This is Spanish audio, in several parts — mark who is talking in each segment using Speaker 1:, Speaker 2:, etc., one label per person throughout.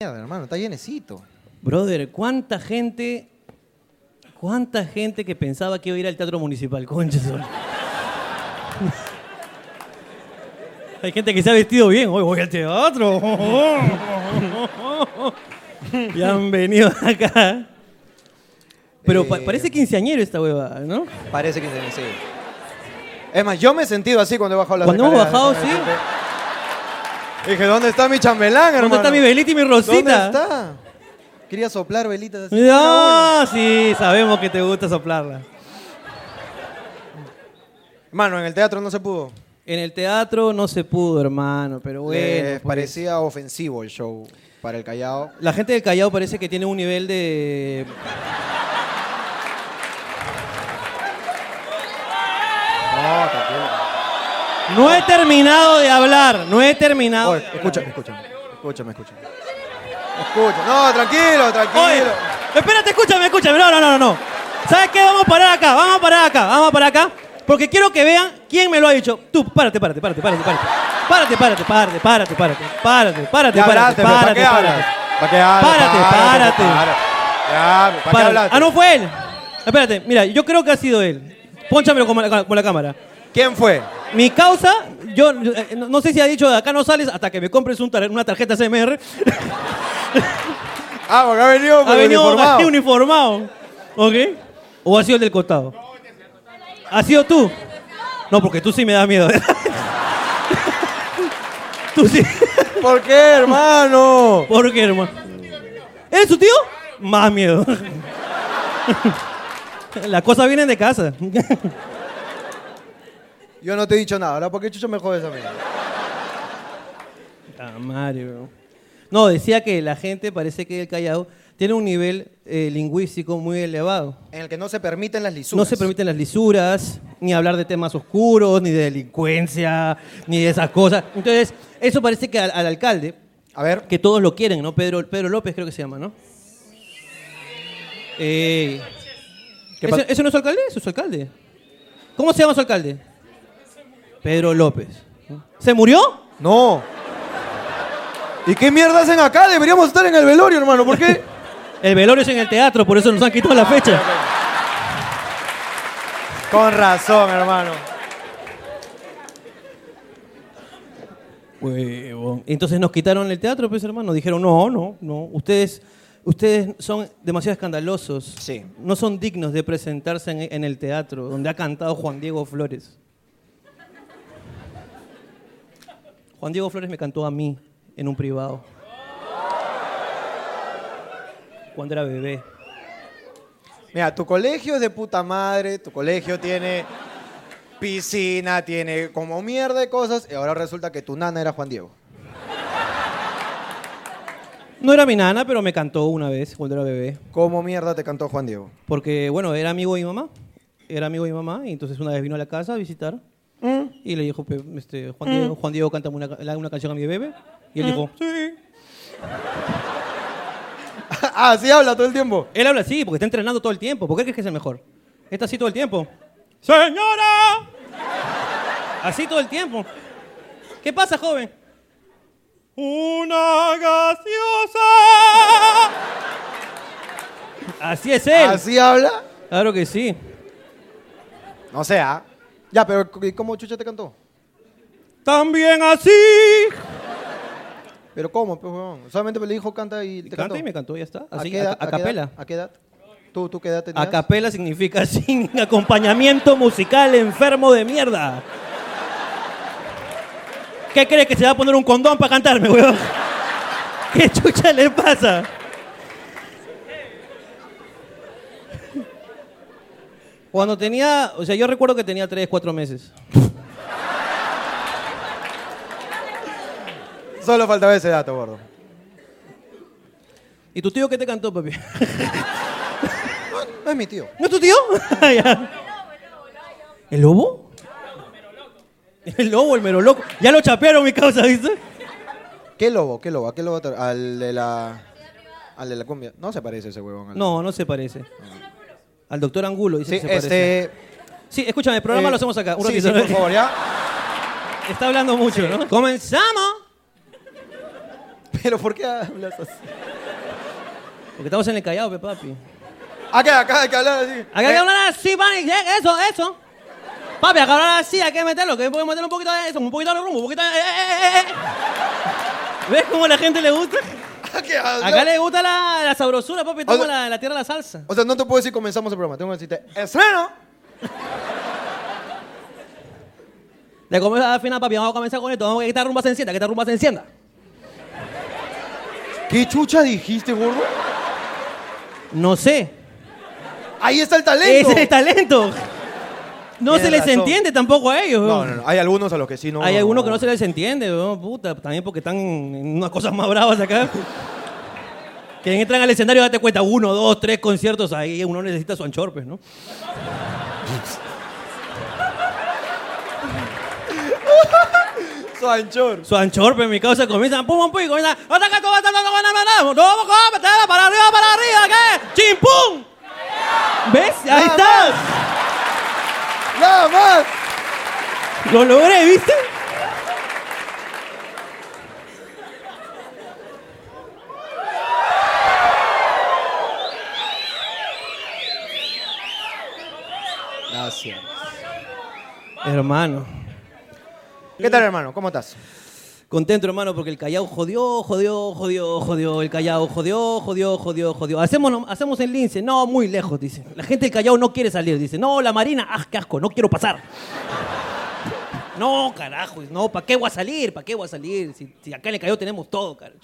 Speaker 1: hermano, está llenecito.
Speaker 2: Brother, ¿cuánta gente, cuánta gente que pensaba que iba a ir al Teatro Municipal, concha? su- Hay gente que se ha vestido bien, hoy voy al teatro. y han venido acá. Pero pa-
Speaker 1: Eh.
Speaker 2: parece quinceañero esta hueva, ¿no?
Speaker 1: Parece que sí. Es más, yo me he sentido así cuando he bajado las
Speaker 2: Cuando hemos
Speaker 1: escaleras.
Speaker 2: bajado, sí.
Speaker 1: Dije, ¿dónde está mi chambelán, hermano?
Speaker 2: ¿Dónde está mi velita y mi rosita?
Speaker 1: ¿Dónde está? Quería soplar velitas así. una a
Speaker 2: No, ah, sí, sabemos que te gusta soplarla.
Speaker 1: una. Mano, en el teatro no se pudo.
Speaker 2: En el teatro no se pudo, hermano, pero bueno.
Speaker 1: Les
Speaker 2: pues.
Speaker 1: parecía ofensivo el show para el Callao.
Speaker 2: La gente del Callao parece que tiene un nivel de.
Speaker 1: No, tranquilo.
Speaker 2: Ah. No he terminado de hablar, no he terminado.
Speaker 1: Oye,
Speaker 2: de hablar.
Speaker 1: escúchame, escúchame. Escúchame, escúchame. Escucha. No, tranquilo, tranquilo.
Speaker 2: Oye, espérate, escúchame, escúchame. No, no, no, no, no. ¿Sabes qué? Vamos a parar acá, vamos a parar acá, vamos a parar acá. Porque quiero que vean quién me lo ha dicho. Tú, párate, párate, párate, párate, párate. Párate, párate, párate, párate, párate,
Speaker 1: Ya hablaste,
Speaker 2: párate, párate, párate,
Speaker 1: pero ¿para
Speaker 2: párate,
Speaker 1: qué hablas?
Speaker 2: párate.
Speaker 1: ¿Para qué hablas?
Speaker 2: Párate, párate.
Speaker 1: Ya, ¿para qué
Speaker 2: Para-
Speaker 1: hablaste?
Speaker 2: Ah, no fue él. Espérate, mira, yo creo que ha sido él. Pónchamelo con la, con la cámara.
Speaker 1: ¿Quién fue?
Speaker 2: Mi causa, yo eh, no, no sé si ha dicho de acá no sales hasta que me compres un tar- una tarjeta CMR.
Speaker 1: Ah, porque ha venido,
Speaker 2: Ha
Speaker 1: pero
Speaker 2: venido
Speaker 1: uniformado.
Speaker 2: así uniformado. ¿Ok? ¿O ha sido el del costado? ¿Ha sido tú? No, porque tú sí me das miedo. tú sí.
Speaker 1: ¿Por qué, hermano?
Speaker 2: ¿Por qué, hermano? ¿Eres su tío? Más miedo. Las cosas vienen de casa.
Speaker 1: Yo no te he dicho nada. Ahora, ¿por qué Chucho me jodes a mí?
Speaker 2: Ah, madre, bro. No, decía que la gente parece que el Callao tiene un nivel eh, lingüístico muy elevado.
Speaker 1: En el que no se permiten las lisuras.
Speaker 2: No se permiten las lisuras, ni hablar de temas oscuros, ni de delincuencia, ni de esas cosas. Entonces, eso parece que al, al alcalde,
Speaker 1: A ver.
Speaker 2: que todos lo quieren, ¿no? Pedro, Pedro López creo que se llama, ¿no? Eh,
Speaker 1: ¿Qué pa-
Speaker 2: ¿ese, ese no es su alcalde? Eso es su alcalde. ¿Cómo se llama su alcalde? Pedro López. ¿Se murió?
Speaker 1: No. ¿Y qué mierda hacen acá? Deberíamos estar en el velorio, hermano. ¿Por qué?
Speaker 2: El velorio es en el teatro, por eso nos han quitado la fecha.
Speaker 1: Con razón, hermano.
Speaker 2: Huevón. Entonces nos quitaron el teatro, pues hermano. Dijeron, no, no, no. Ustedes, ustedes son demasiado escandalosos.
Speaker 1: Sí.
Speaker 2: No son dignos de presentarse en, en el teatro, donde ha cantado Juan Diego Flores. Juan Diego Flores me cantó a mí en un privado. Cuando era bebé.
Speaker 1: Mira, tu colegio es de puta madre, tu colegio tiene piscina, tiene como mierda de cosas, y ahora resulta que tu nana era Juan Diego.
Speaker 2: No era mi nana, pero me cantó una vez cuando era bebé.
Speaker 1: ¿Cómo mierda te cantó Juan Diego?
Speaker 2: Porque, bueno, era amigo de mi mamá. Era amigo de mi mamá. Y entonces una vez vino a la casa a visitar. Y le dijo, pe- este, Juan, Diego, Juan Diego, cántame una, ca- la- una canción a mi bebé. Y él dijo, Mm. sí.
Speaker 1: ah, sí habla todo el tiempo.
Speaker 2: Él habla así, porque está entrenando todo el tiempo. ¿Por qué crees que es el mejor? Está así todo el tiempo. ¡Señora! Así todo el tiempo. ¿Qué pasa, joven? Una gaseosa. Así es él.
Speaker 1: ¿Así habla?
Speaker 2: Claro que sí.
Speaker 1: No sé, ah. Ya, pero ¿y cómo Chucha te cantó?
Speaker 2: También así.
Speaker 1: ¿Pero cómo? pues, huevón? Solamente le dijo canta y te cantó.
Speaker 2: Canta y me cantó, ya está.
Speaker 1: ¿A
Speaker 2: Así,
Speaker 1: qué
Speaker 2: a,
Speaker 1: edad-
Speaker 2: a
Speaker 1: a qué edad-
Speaker 2: capela.
Speaker 1: ¿A qué edad? ¿Tú, tú qué edad tenías?
Speaker 2: A capela significa sin acompañamiento musical, enfermo de mierda. ¿Qué crees que se va a poner un condón para cantarme, weón? ¿Qué chucha le pasa? Cuando tenía, o sea, yo recuerdo que tenía 3, 4 meses.
Speaker 1: Solo faltaba ese dato, gordo.
Speaker 2: ¿Y tu tío qué te cantó, papi?
Speaker 1: No es mi tío.
Speaker 2: ¿No es tu tío? Ya. ¿El lobo? El lobo, el mero loco. Ya lo chapearon mi causa, ¿viste?
Speaker 1: ¿Qué lobo? ¿Qué lobo? ¿A qué lobo? te- Al de la... Al de la cumbia. No se parece ese huevón. al-
Speaker 2: No, no se parece. Al doctor Angulo,
Speaker 1: Sí,
Speaker 2: dice que se parece.
Speaker 1: este...
Speaker 2: Sí, escúchame, el programa
Speaker 1: eh,
Speaker 2: lo hacemos acá. Un
Speaker 1: sí,
Speaker 2: ratito.
Speaker 1: sí, por favor, ya.
Speaker 2: Está hablando mucho, ¿no? ¡Comenzamos!
Speaker 1: Pero ¿por qué hablas así?
Speaker 2: Porque estamos en el callado, pe, papi.
Speaker 1: Acá, acá hay que hablar así. Eh,
Speaker 2: Acá hay que hablar así, man. ya, Eso, eso. Papi, acá hablar así, hay que meterlo. Que podemos meterle un poquito de eso, un poquito de rumbo, un poquito de. eh, eh, eh, eh. ¿Ves cómo a la gente le gusta?
Speaker 1: Hay que hablar.
Speaker 2: Acá le gusta la, la sabrosura, papi.
Speaker 1: O
Speaker 2: Estamos en
Speaker 1: sea-
Speaker 2: la, la tierra de la salsa.
Speaker 1: O sea, no te puedo decir comenzamos el programa. Tengo que decirte, estreno.
Speaker 2: De comenzar al final, papi, vamos a comenzar con esto. Vamos a que esta rumba se encienda, que esta rumba se encienda.
Speaker 1: ¿Qué chucha dijiste, gordo?
Speaker 2: No sé.
Speaker 1: Ahí está el talento.
Speaker 2: Ese es el talento. No
Speaker 1: Tienes
Speaker 2: se les
Speaker 1: razón.
Speaker 2: entiende tampoco a ellos.
Speaker 1: No,
Speaker 2: weón.
Speaker 1: no, no. Hay algunos a los que sí no.
Speaker 2: Hay algunos que no se les entiende, weón, puta, también porque están en unas cosas más bravas acá. que entran al escenario, date cuenta, uno, dos, tres conciertos ahí, uno necesita su anchorpes, ¿no?
Speaker 1: Sanchor.
Speaker 2: Su anchorpes, mi causa, comienzan, pum, pum, pum, y comienzan, ¡Ataca, toma, toma, toma, toma, toma, toma, toma, toma, para arriba, para arriba, ¿qué? ¡Chimpum! ¿Ves? Ahí
Speaker 1: Nada
Speaker 2: está.
Speaker 1: ¡Nada más!
Speaker 2: Lo logré, ¿viste?
Speaker 1: Gracias.
Speaker 2: Hermano.
Speaker 1: ¿Qué tal, hermano? ¿Cómo estás?
Speaker 2: Contento, hermano, porque el Callao jodió, jodió, jodió, jodió. El Callao jodió, jodió, jodió, jodió. Hacemos, nom- hacemos el lince. No, muy lejos, dice. La gente del Callao no quiere salir, dice. No, la Marina, ah, qué asco, no quiero pasar. No, carajo, no, ¿para qué voy a salir? ¿Para qué voy a salir? Si, si acá en el Callao tenemos todo, carajo.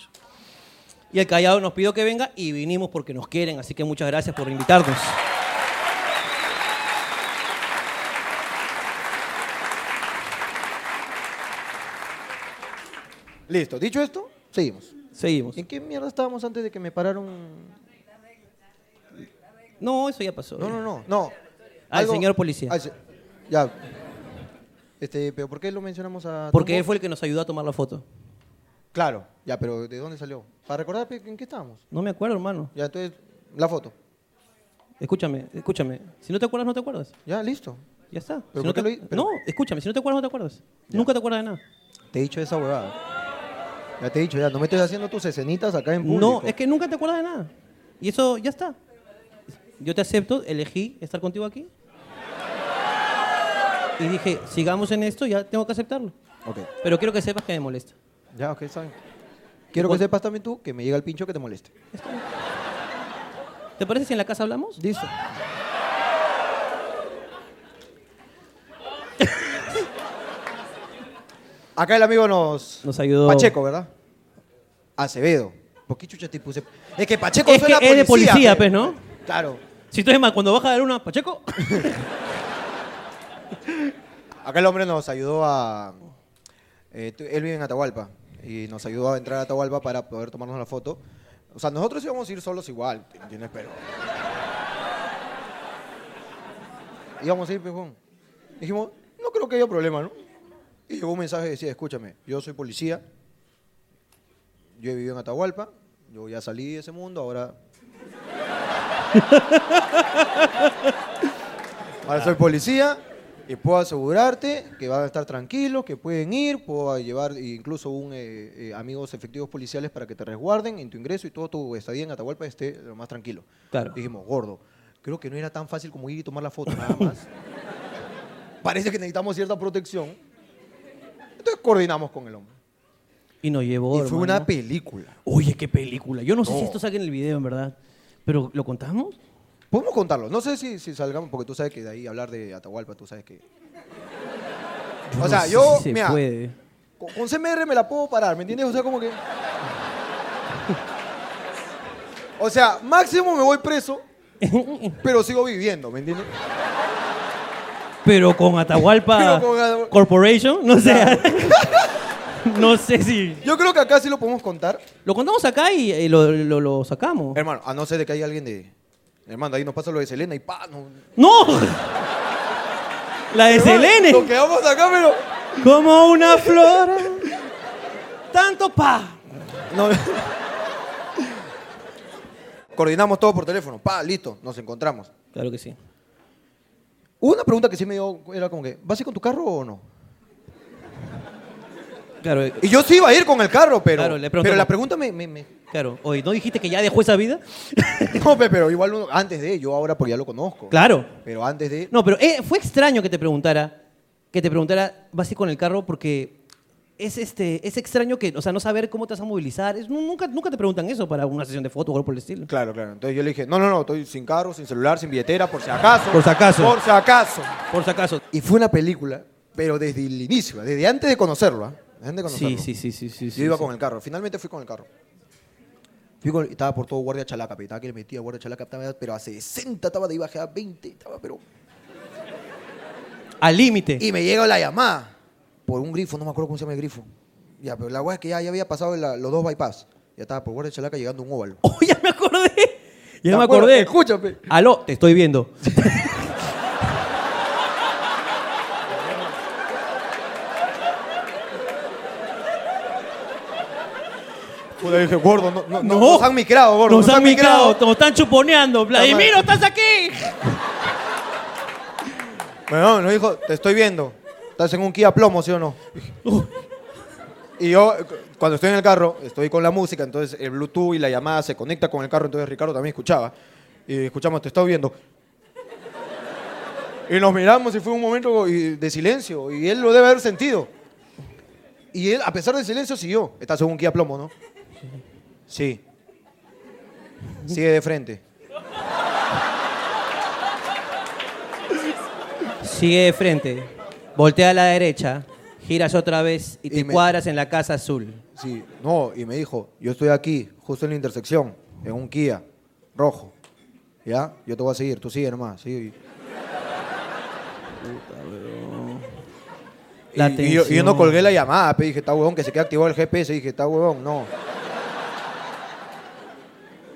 Speaker 2: Y el Callao nos pidió que venga y vinimos porque nos quieren, así que muchas gracias por invitarnos.
Speaker 1: Listo. Dicho esto, seguimos.
Speaker 2: Seguimos.
Speaker 1: ¿En qué mierda estábamos antes de que me pararon?
Speaker 2: No, eso ya pasó.
Speaker 1: No, no, no. No.
Speaker 2: Al señor policía.
Speaker 1: Al se- Ya. Este, pero ¿por qué lo mencionamos a.
Speaker 2: Porque
Speaker 1: Trumbo?
Speaker 2: él fue el que nos ayudó a tomar la foto.
Speaker 1: Claro. Ya, pero ¿de dónde salió? Para recordar pe, en qué estábamos.
Speaker 2: No me acuerdo, hermano.
Speaker 1: Ya, entonces, la foto.
Speaker 2: Escúchame, escúchame. Si no te acuerdas, no te acuerdas.
Speaker 1: Ya, listo.
Speaker 2: Ya está.
Speaker 1: ¿Pero
Speaker 2: Si no,
Speaker 1: por qué
Speaker 2: te-
Speaker 1: lo hi- pero-
Speaker 2: no, escúchame, si no te acuerdas, no te acuerdas. Nunca te acuerdas de nada.
Speaker 1: Te he dicho esa huevada. Ya te he dicho, ya. No me estés haciendo tus escenitas acá en público.
Speaker 2: No, es que nunca te acuerdas de nada. Y eso ya está. Yo te acepto, elegí estar contigo aquí. Y dije, sigamos en esto, ya tengo que aceptarlo.
Speaker 1: Ok.
Speaker 2: Pero quiero que sepas que me molesta.
Speaker 1: Ya, ok, saben. Quiero que
Speaker 2: Bueno.
Speaker 1: sepas también tú que me llega el pincho que te moleste.
Speaker 2: ¿Te parece si en la casa hablamos?
Speaker 1: Listo. Acá el amigo nos.
Speaker 2: Nos ayudó.
Speaker 1: Pacheco, ¿verdad? Acevedo. ¿Por qué chucha te puse? Es que Pacheco
Speaker 2: Es que
Speaker 1: suena
Speaker 2: es de policía,
Speaker 1: pe.
Speaker 2: pues, ¿no?
Speaker 1: Claro.
Speaker 2: Si tú es más, cuando baja de luna, Pacheco.
Speaker 1: Acá el hombre nos ayudó a. eh, tú- él vive en Atahualpa y nos ayudó a entrar a Atahualpa para poder tomarnos la foto. O sea, nosotros íbamos a ir solos igual, ¿te ¿entiendes? Pero. Íbamos a ir, pejón. Dijimos, no creo que haya problema, ¿no? Y llegó un mensaje que decía, escúchame, yo soy policía, yo he vivido en Atahualpa, yo ya salí de ese mundo, ahora. Ahora soy policía y puedo asegurarte que van a estar tranquilos, que pueden ir, puedo llevar incluso un eh, eh, amigos efectivos policiales para que te resguarden en tu ingreso y todo tu estadía en Atahualpa esté lo más tranquilo.
Speaker 2: Claro.
Speaker 1: Dijimos, gordo, creo que no era tan fácil como ir y tomar la foto nada más. Parece que necesitamos cierta protección. Entonces coordinamos con el hombre.
Speaker 2: Y nos llevó.
Speaker 1: Y fue una
Speaker 2: hermano.
Speaker 1: película.
Speaker 2: Oye, qué película. Yo no sé si
Speaker 1: No.
Speaker 2: esto sale en el video, en verdad. Pero, ¿lo contamos?
Speaker 1: Podemos contarlo. No sé si, si salgamos, porque tú sabes que de ahí hablar de Atahualpa, tú sabes que.
Speaker 2: no
Speaker 1: o sea,
Speaker 2: sé
Speaker 1: yo.
Speaker 2: si se
Speaker 1: mira,
Speaker 2: puede.
Speaker 1: Con, con CMR me la puedo parar, ¿me entiendes? O sea, como que. O sea, máximo me voy preso, pero sigo viviendo, ¿me entiendes?
Speaker 2: Pero con Atahualpa
Speaker 1: Pero con Atahualpa-
Speaker 2: Corporation, no sé. no sé si.
Speaker 1: Yo creo que acá sí lo podemos contar.
Speaker 2: Lo contamos acá y, eh, lo, lo- lo sacamos.
Speaker 1: Hermano, a no ser de que haya alguien de. Hermano, ahí nos pasa lo de Selena y pa. no-
Speaker 2: ¡No! La de
Speaker 1: Hermano, Nos
Speaker 2: Selene.
Speaker 1: quedamos acá, pero.
Speaker 2: Como una flor. Tanto pa.
Speaker 1: No. Coordinamos todo por teléfono. Pa, listo, nos encontramos.
Speaker 2: Claro que sí.
Speaker 1: Hubo una pregunta que sí me dio, era como que, ¿vas a ir con tu carro o no?
Speaker 2: Claro, eh,
Speaker 1: Y yo sí iba a ir con el carro, pero,
Speaker 2: Claro, le preguntó-
Speaker 1: pero la pregunta me... me- me-
Speaker 2: claro. Oye, ¿no dijiste que ya dejó esa vida?
Speaker 1: No, pe- pero igual uno- antes de, yo ahora porque ya lo conozco.
Speaker 2: claro.
Speaker 1: Pero antes de...
Speaker 2: No, pero eh, fue extraño que te preguntara, que te preguntara, vas a ir con el carro porque es este, es extraño que, o sea, no saber cómo te vas a movilizar. Es- nu- nunca, nunca te preguntan eso para una sesión de fotos o algo por el estilo.
Speaker 1: Claro, claro. Entonces yo le dije, no, no, no, estoy sin carro, sin celular, sin billetera, por si acaso.
Speaker 2: Por si acaso.
Speaker 1: Por si acaso.
Speaker 2: Por si acaso.
Speaker 1: Y fue una película, pero desde el inicio, desde antes de conocerlo, ¿ah? Desde antes de
Speaker 2: Sí,
Speaker 1: conocerlo.
Speaker 2: sí, sí, sí, sí.
Speaker 1: Yo iba con el carro. Finalmente fui con el carro. Fui con- estaba por todo guardia chalaca, pe, estaba que le metía guardia chalaca, estaba- pero a 60 estaba de bajada, 20 estaba, pero...
Speaker 2: Al límite.
Speaker 1: Y me llega la llamada por un grifo, no me acuerdo cómo se llama el grifo. Ya, pero la weá es que ya, ya había pasado la- los dos bypass. Ya estaba por guardia chalaca llegando a un óvalo.
Speaker 2: Oh, ya me acordé. Ya
Speaker 1: ¿Te acuerdas?
Speaker 2: me acordé.
Speaker 1: Escúchame.
Speaker 2: Aló, te estoy viendo.
Speaker 1: Puta, dije, gordo, no, no, no,
Speaker 2: No.
Speaker 1: nos han micrado, gordo.
Speaker 2: nos han micrado, nos están chuponeando. Vladimiro,
Speaker 1: madre.
Speaker 2: estás aquí.
Speaker 1: Bueno, nos dijo, te estoy viendo. Estás en un Kia plomo, ¿sí o no? Y yo, eh, cuando estoy en el carro, estoy con la música, entonces el Bluetooth y la llamada se conecta con el carro, entonces Ricardo también escuchaba. Y escuchamos, te estoy viendo. Y nos miramos y fue un momento y- de silencio, y él lo debe haber sentido. Y él, a pesar del silencio, siguió. Estás en un Kia plomo, ¿no? Sí. Sigue de frente.
Speaker 2: Sigue de frente. Voltea a la derecha. Giras otra vez y te
Speaker 1: Y me-
Speaker 2: cuadras en la casa azul.
Speaker 1: Sí, no, y me dijo, yo estoy aquí, justo en la intersección, en un Kia, rojo. ¿Ya? Yo te voy a seguir, tú sigue nomás. sigue". Y-
Speaker 2: La
Speaker 1: y, yo, y yo
Speaker 2: tensión.
Speaker 1: no colgué la llamada, pe, dije, está huevón, que se queda activado el GPS, dije, está huevón, no.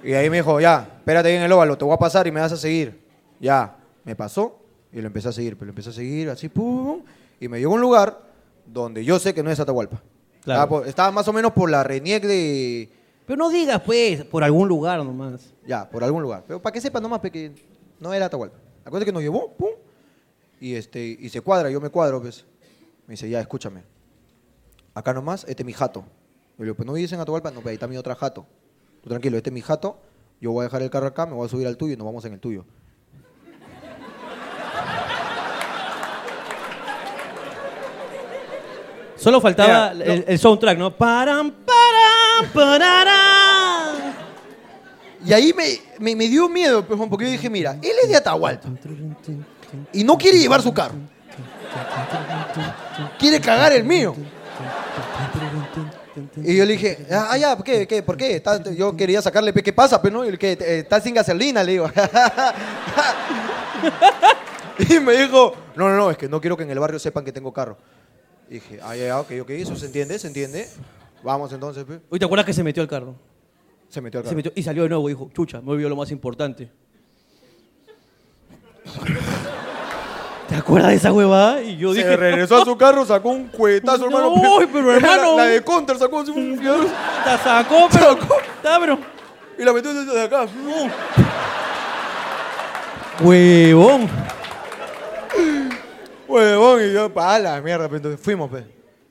Speaker 1: Y ahí me dijo, ya, espérate ahí en el óvalo, te voy a pasar y me vas a seguir. Ya, me pasó y lo empecé a seguir, pero lo empecé a seguir así, pum, pum, y me llegó a un lugar donde yo sé que no es Atahualpa.
Speaker 2: Claro.
Speaker 1: Estaba, por- estaba más o menos por la Reniec de...
Speaker 2: Pero no digas, pues, por algún lugar nomás.
Speaker 1: Ya, por algún lugar. Pero para que sepa nomás pe, que no era Atahualpa. La cosa es que nos llevó, pum, y, este, y se cuadra, yo me cuadro, pues. Me dice, ya, escúchame. Acá nomás, este es mi jato. Y le digo, pues no vives en Atahualpa, no, pero ahí está mi otra jato. Tú tranquilo, este es mi jato, yo voy a dejar el carro acá, me voy a subir al tuyo y nos vamos en el tuyo.
Speaker 2: Solo faltaba
Speaker 1: Mira,
Speaker 2: el, el soundtrack, ¿no? Param, param, pararán.
Speaker 1: Y ahí me, me- me dio miedo, pues, porque yo dije, mira, él es de Atahualpa y no quiere llevar su carro. Quiere cagar el mío. Y yo le dije, ah, ya, ¿por qué? ¿Qué? ¿Por qué? Está- yo quería sacarle, pe, ¿qué pasa? Pero no, y el que eh, está sin gasolina, le digo. y me dijo, no, no, no, es que no quiero que en el barrio sepan que tengo carro. Y dije, ah, ya, ya, ok, ok, eso se entiende, se entiende. Vamos entonces, pe.
Speaker 2: Hoy te acuerdas que se metió al carro.
Speaker 1: Se metió al
Speaker 2: Se
Speaker 1: carro.
Speaker 2: metió y salió de nuevo, dijo, chucha, me olvidó lo más importante. ¿Te acuerdas de esa huevada? Y yo
Speaker 1: Se
Speaker 2: dije,
Speaker 1: regresó a su carro, sacó un cuetazo, hermano.
Speaker 2: No, uy, pero hermano.
Speaker 1: La, la de counter sacó así un fiador
Speaker 2: la sacó, pero... Está, pero...
Speaker 1: y la metió desde acá.
Speaker 2: Huevón.
Speaker 1: Huevón, y yo, pa' la mierda. pe, Entonces fuimos, pe.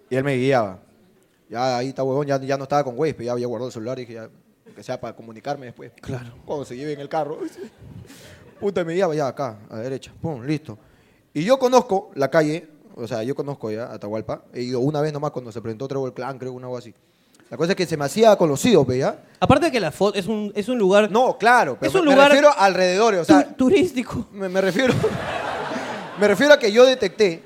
Speaker 1: Y él me guiaba. Ya ahí está, huevón, ya, ya no estaba con Waze, pe, ya había guardado el celular y dije, ya, que sea para comunicarme después.
Speaker 2: Claro.
Speaker 1: Cuando se lleve en el carro. Puta, me guiaba ya acá, a la derecha. Pum, listo. Y yo conozco la calle, o sea, yo conozco ya Atahualpa. He ido una vez nomás cuando se presentó Trevor Clan, creo, una cosa así. La cosa es que se me hacía conocido, pe, ya.
Speaker 2: Aparte de que la foto es un, es un lugar
Speaker 1: No, claro, pero
Speaker 2: Es un
Speaker 1: me, me
Speaker 2: lugar-
Speaker 1: refiero alrededor, o
Speaker 2: tu-
Speaker 1: sea,
Speaker 2: turístico.
Speaker 1: me, me refiero me refiero a que yo detecté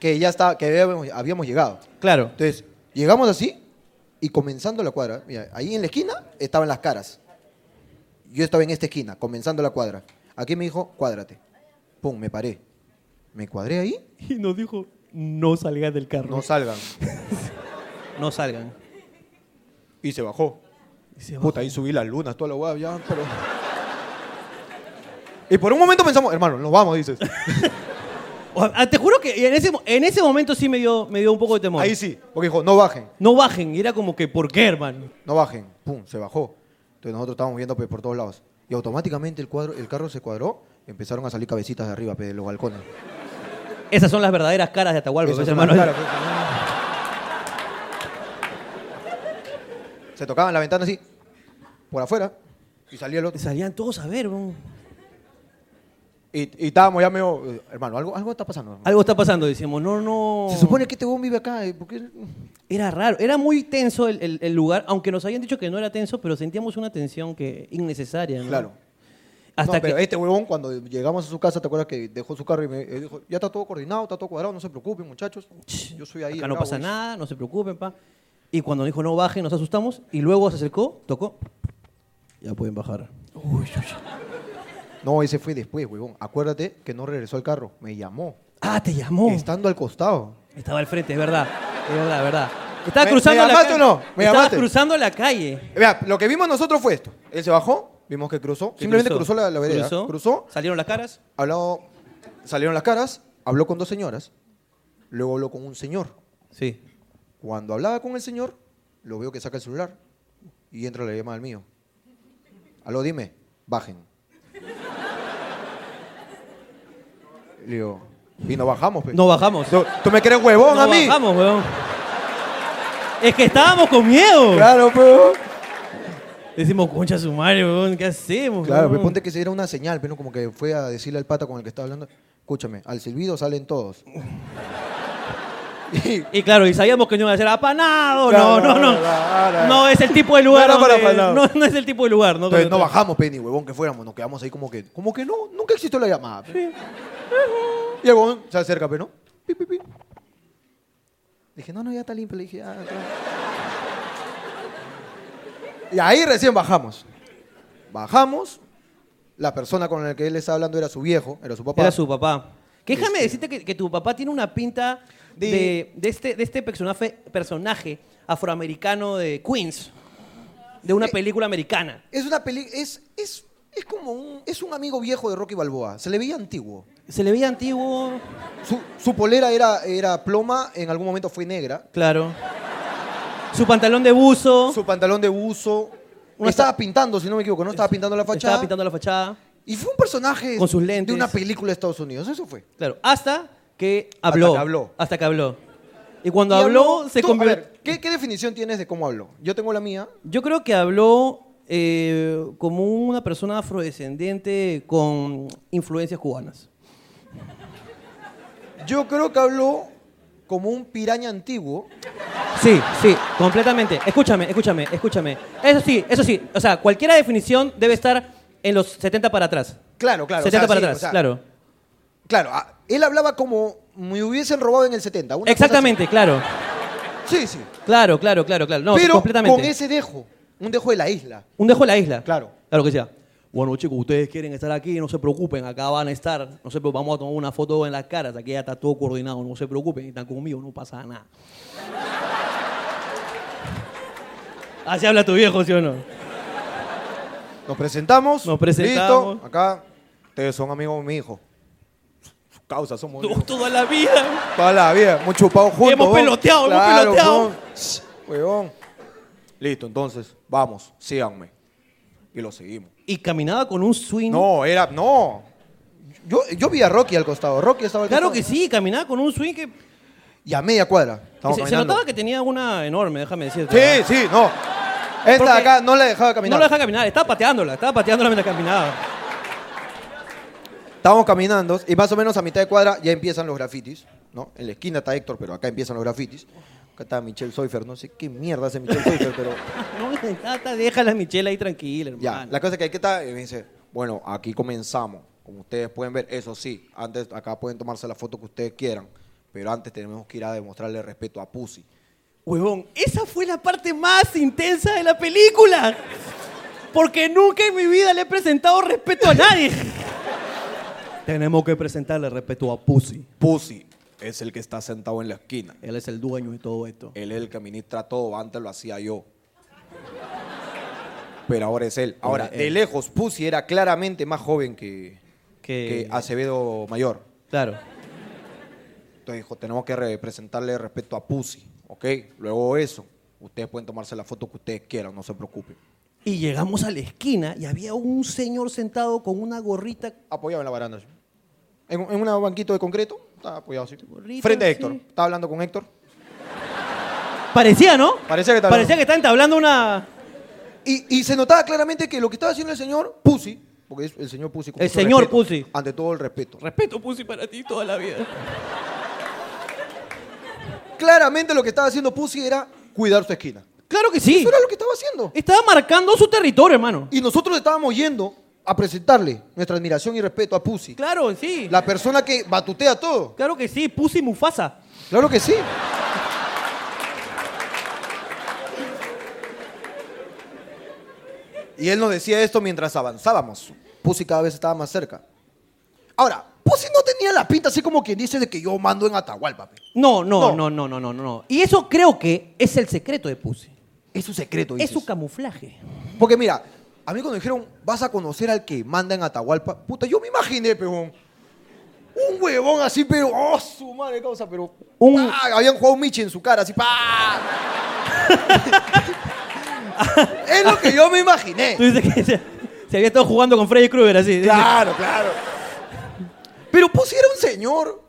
Speaker 1: que ya estaba que habíamos, habíamos llegado.
Speaker 2: Claro.
Speaker 1: Entonces, llegamos así y comenzando la cuadra, mira, ahí en la esquina estaban las caras. Yo estaba en esta esquina, comenzando la cuadra. Aquí me dijo, "Cuádrate." Pum, me paré. Me cuadré ahí,
Speaker 2: Y nos dijo, no salgan del carro.
Speaker 1: no salgan.
Speaker 2: No salgan.
Speaker 1: Y se bajó.
Speaker 2: Y se
Speaker 1: Puta, ahí subí las lunas, toda la hueá, ya, pero... Y por un momento pensamos, hermano, nos vamos, dices.
Speaker 2: O- ah, Te juro que en ese, mo- en ese momento sí me dio, me dio un poco de temor.
Speaker 1: Ahí sí, porque dijo, no bajen.
Speaker 2: No bajen. Y era como que, ¿por qué, hermano?
Speaker 1: no bajen, pum, se bajó. Entonces nosotros estábamos viendo pe, por todos lados. Y automáticamente el, cuadro, el carro se cuadró, empezaron a salir cabecitas de arriba, pe, de los balcones.
Speaker 2: Esas son las verdaderas caras de Atahualpa,
Speaker 1: Eso
Speaker 2: pues,
Speaker 1: es
Speaker 2: hermano.
Speaker 1: una cara, pe. Se tocaban la ventana así, por afuera, y salía el otro.
Speaker 2: Salían todos a ver, weón.
Speaker 1: Y, y estábamos ya medio, eh, hermano, algo, algo está pasando. hermano.
Speaker 2: Algo está pasando, decimos, no, no.
Speaker 1: Se supone que este huevón vive acá, eh, ¿por qué?
Speaker 2: Era raro, era muy tenso el, el- el lugar, aunque nos habían dicho que no era tenso, pero sentíamos una tensión que innecesaria, ¿no?
Speaker 1: Claro.
Speaker 2: Hasta
Speaker 1: No,
Speaker 2: que
Speaker 1: pero este huevón, cuando llegamos a su casa, ¿te acuerdas que dejó su carro y me eh, dijo, ya está todo coordinado, está todo cuadrado, no se preocupen, muchachos? Yo soy ahí.
Speaker 2: acá no
Speaker 1: acá,
Speaker 2: pasa
Speaker 1: voy".
Speaker 2: nada, no se preocupen, pa. Y cuando dijo no bajen, nos asustamos y luego se acercó, tocó. Ya pueden bajar.
Speaker 1: Oh. No, ese fue después, huevón. Acuérdate que no regresó al carro, me llamó.
Speaker 2: Ah, te llamó.
Speaker 1: Estando al costado.
Speaker 2: Estaba al frente, es verdad. Es verdad, es verdad. Estaba
Speaker 1: ¿Me-
Speaker 2: cruzando
Speaker 1: me
Speaker 2: la
Speaker 1: llamaste
Speaker 2: calle.
Speaker 1: o no? ¿Me
Speaker 2: Estaba
Speaker 1: llamaste?
Speaker 2: cruzando la calle.
Speaker 1: Vea, lo que vimos nosotros fue esto. Él se bajó, vimos que cruzó.
Speaker 2: Que
Speaker 1: Simplemente cruzó, la, la vereda.
Speaker 2: Cruzó,
Speaker 1: Cruzó.
Speaker 2: Salieron las caras.
Speaker 1: habló, salieron las caras, habló con dos señoras, luego habló con un señor.
Speaker 2: Sí.
Speaker 1: Cuando hablaba con el señor, lo veo que saca el celular y entra la llamada al mío. Aló, dime, bajen. Le digo, y no bajamos, pe.
Speaker 2: No bajamos.
Speaker 1: ¿Tú, tú me crees huevón
Speaker 2: no
Speaker 1: a mí?
Speaker 2: bajamos, weón. Es que estábamos con miedo.
Speaker 1: Claro, pero.
Speaker 2: Decimos, concha su madre, weón, ¿qué hacemos?
Speaker 1: Claro,
Speaker 2: weón?
Speaker 1: pero ponte que se diera una señal, pero como que fue a decirle al pata con el que estaba hablando, escúchame, al silbido salen todos. Y-
Speaker 2: Y claro, y sabíamos que no iba a ser apanado,
Speaker 1: Claro,
Speaker 2: no, no, no.
Speaker 1: claro.
Speaker 2: No es el tipo de lugar.
Speaker 1: No era para
Speaker 2: donde-
Speaker 1: apanado.
Speaker 2: no, no es el tipo de lugar, ¿no?
Speaker 1: Entonces no bajamos, Penny, huevón, que fuéramos, nos quedamos ahí como que, como que no, nunca existió la llamada. pe. Y el huevón se acerca, pero no. Pi, pi, pi. Dije, no, no, ya está limpio. Le dije, ah, está". Y ahí recién bajamos. Bajamos. La persona con la que él estaba hablando era su viejo, era su papá.
Speaker 2: Era su papá. Que déjame decirte que, que tu papá tiene una pinta de,
Speaker 1: De-
Speaker 2: de este, de este personaje, personaje afroamericano de Queens, de una película americana.
Speaker 1: Es una peli, es, es, es como un, es un amigo viejo de Rocky Balboa. Se le veía antiguo.
Speaker 2: Se le veía antiguo.
Speaker 1: Su, su polera era, era ploma, en algún momento fue negra.
Speaker 2: Claro. Su pantalón de buzo.
Speaker 1: Su pantalón de buzo.
Speaker 2: Una
Speaker 1: estaba pintando, si no me equivoco, no estaba pintando la fachada.
Speaker 2: Estaba pintando la fachada.
Speaker 1: Y fue un personaje
Speaker 2: Con sus lentes.
Speaker 1: de una película de Estados Unidos. Eso fue.
Speaker 2: Claro. Hasta que habló.
Speaker 1: que habló.
Speaker 2: Hasta que habló. Y cuando
Speaker 1: Y
Speaker 2: habló, se
Speaker 1: tú, a ver,
Speaker 2: convirtió.
Speaker 1: ¿qué, qué definición tienes de cómo habló? Yo tengo la mía.
Speaker 2: Yo creo que habló eh, como una persona afrodescendiente con influencias cubanas.
Speaker 1: Yo creo que habló como un piraña antiguo.
Speaker 2: Sí, sí, completamente. Escúchame, escúchame, escúchame. Eso sí, eso sí. O sea, cualquiera definición debe estar en los 70 para atrás.
Speaker 1: Claro, claro. o
Speaker 2: 70
Speaker 1: sea,
Speaker 2: para
Speaker 1: sí,
Speaker 2: atrás,
Speaker 1: o sea,
Speaker 2: claro.
Speaker 1: Claro, ah, él hablaba como me hubiesen robado en el 70. una cosa
Speaker 2: Exactamente, claro.
Speaker 1: así. Sí, sí.
Speaker 2: Claro, claro, claro, claro. No,
Speaker 1: Pero
Speaker 2: completamente.
Speaker 1: con ese dejo. Un dejo de la isla.
Speaker 2: Un dejo en la isla.
Speaker 1: Claro.
Speaker 2: Claro que sea. Bueno, chicos, ustedes quieren estar aquí, no se preocupen, acá van a estar. No se preocupen, vamos a tomar una foto en las caras, aquí ya está todo coordinado, no se preocupen, están conmigo, no pasa nada. Así habla tu viejo, ¿sí o no?
Speaker 1: Nos presentamos.
Speaker 2: Nos presentamos.
Speaker 1: Listo. Acá. Ustedes son amigos de mi hijo. Sus causas somos.
Speaker 2: Tú, Toda la vida.
Speaker 1: Toda la vida, hemos chupado juntos.
Speaker 2: Hemos
Speaker 1: huevón.
Speaker 2: peloteado, hemos
Speaker 1: Claro,
Speaker 2: peloteado.
Speaker 1: huevón. Shh, Huevón. Listo, entonces, vamos, síganme. Y lo seguimos.
Speaker 2: Y caminaba con un swing.
Speaker 1: No, era. No. Yo, yo vi a Rocky al costado. Rocky estaba al
Speaker 2: Claro que
Speaker 1: costado.
Speaker 2: sí, caminaba con un swing que.
Speaker 1: Y a media cuadra.
Speaker 2: que
Speaker 1: Estamos
Speaker 2: Se, se
Speaker 1: caminando.
Speaker 2: notaba que tenía una enorme, déjame decirte.
Speaker 1: Sí, sí, no. Esta
Speaker 2: Porque
Speaker 1: de acá no la dejaba caminar.
Speaker 2: No la deja caminar, estaba pateándola, estaba pateándola mientras caminaba.
Speaker 1: Estábamos caminando y más o menos a mitad de cuadra ya empiezan los grafitis, ¿no? En la esquina está Héctor, pero acá empiezan los grafitis. Acá está Michelle Soifer, no sé qué mierda hace Michelle Soifer, pero
Speaker 2: No, tata, déjala a Michelle ahí tranquila, hermano.
Speaker 1: Ya, la cosa que hay que estar, y me dice, bueno, aquí comenzamos. Como ustedes pueden ver, eso sí, antes acá pueden tomarse la foto que ustedes quieran, pero antes tenemos que ir a demostrarle respeto a Pussy.
Speaker 2: Huevón, esa fue la parte más intensa de la película. Porque nunca en mi vida le he presentado respeto a nadie. Tenemos que presentarle respeto a Pussy.
Speaker 1: Pussy es el que está sentado en la esquina.
Speaker 2: Él es el dueño de todo esto.
Speaker 1: Él es el que administra todo, antes lo hacía yo. Pero ahora es él. Ahora,
Speaker 2: Ahora
Speaker 1: de
Speaker 2: él.
Speaker 1: lejos, Pussy era claramente más joven que,
Speaker 2: Que-
Speaker 1: que Acevedo Mayor.
Speaker 2: Claro.
Speaker 1: Entonces dijo, tenemos que re- presentarle respeto a Pussy, ¿ok? Luego eso, ustedes pueden tomarse la foto que ustedes quieran, no se preocupen.
Speaker 2: Y llegamos a la esquina y había un señor sentado con una gorrita.
Speaker 1: apoyado en la baranda. así. En, un- en un banquito de concreto, estaba apoyado así.
Speaker 2: Gorrito,
Speaker 1: Frente a
Speaker 2: sí.
Speaker 1: Héctor. Estaba hablando con Héctor.
Speaker 2: Parecía, ¿no?
Speaker 1: Parecía que estaba
Speaker 2: Parecía que está entablando una.
Speaker 1: Y, y se notaba claramente que lo que estaba haciendo el señor Pussy, porque es el señor Pussy. con
Speaker 2: El
Speaker 1: mucho
Speaker 2: señor
Speaker 1: respeto,
Speaker 2: Pussy.
Speaker 1: Ante todo el respeto.
Speaker 2: Respeto, Pussy, para ti toda la vida.
Speaker 1: Claramente lo que estaba haciendo Pussy era cuidar su esquina.
Speaker 2: Claro que sí.
Speaker 1: Eso era lo que estaba haciendo.
Speaker 2: Estaba marcando su territorio, hermano.
Speaker 1: Y nosotros estábamos yendo a presentarle nuestra admiración y respeto a Pussy.
Speaker 2: Claro, sí.
Speaker 1: La persona que batutea todo.
Speaker 2: Claro que sí, Pussy Mufasa.
Speaker 1: Claro que sí. Y él nos decía esto mientras avanzábamos. Pussy cada vez estaba más cerca. Ahora, Pussy no tenía la pinta así como quien dice de que yo mando en Atahualpa. pe.
Speaker 2: No, no, no,
Speaker 1: No.
Speaker 2: no, no, no, no. Y eso creo que es el secreto de Pussy.
Speaker 1: Es su secreto.
Speaker 2: Es
Speaker 1: dices.
Speaker 2: su camuflaje.
Speaker 1: Porque mira, a mí cuando dijeron, vas a conocer al que manda en Atahualpa, puta, yo me imaginé, pejón. Un huevón así, pero, oh, su madre causa, pero.
Speaker 2: Un-
Speaker 1: ¡pah! habían jugado un Michi en su cara, así, pa. es lo que yo me imaginé.
Speaker 2: Tú dices que se, se había estado jugando con Freddy Krueger así.
Speaker 1: Claro, claro. Pero pusiera un señor,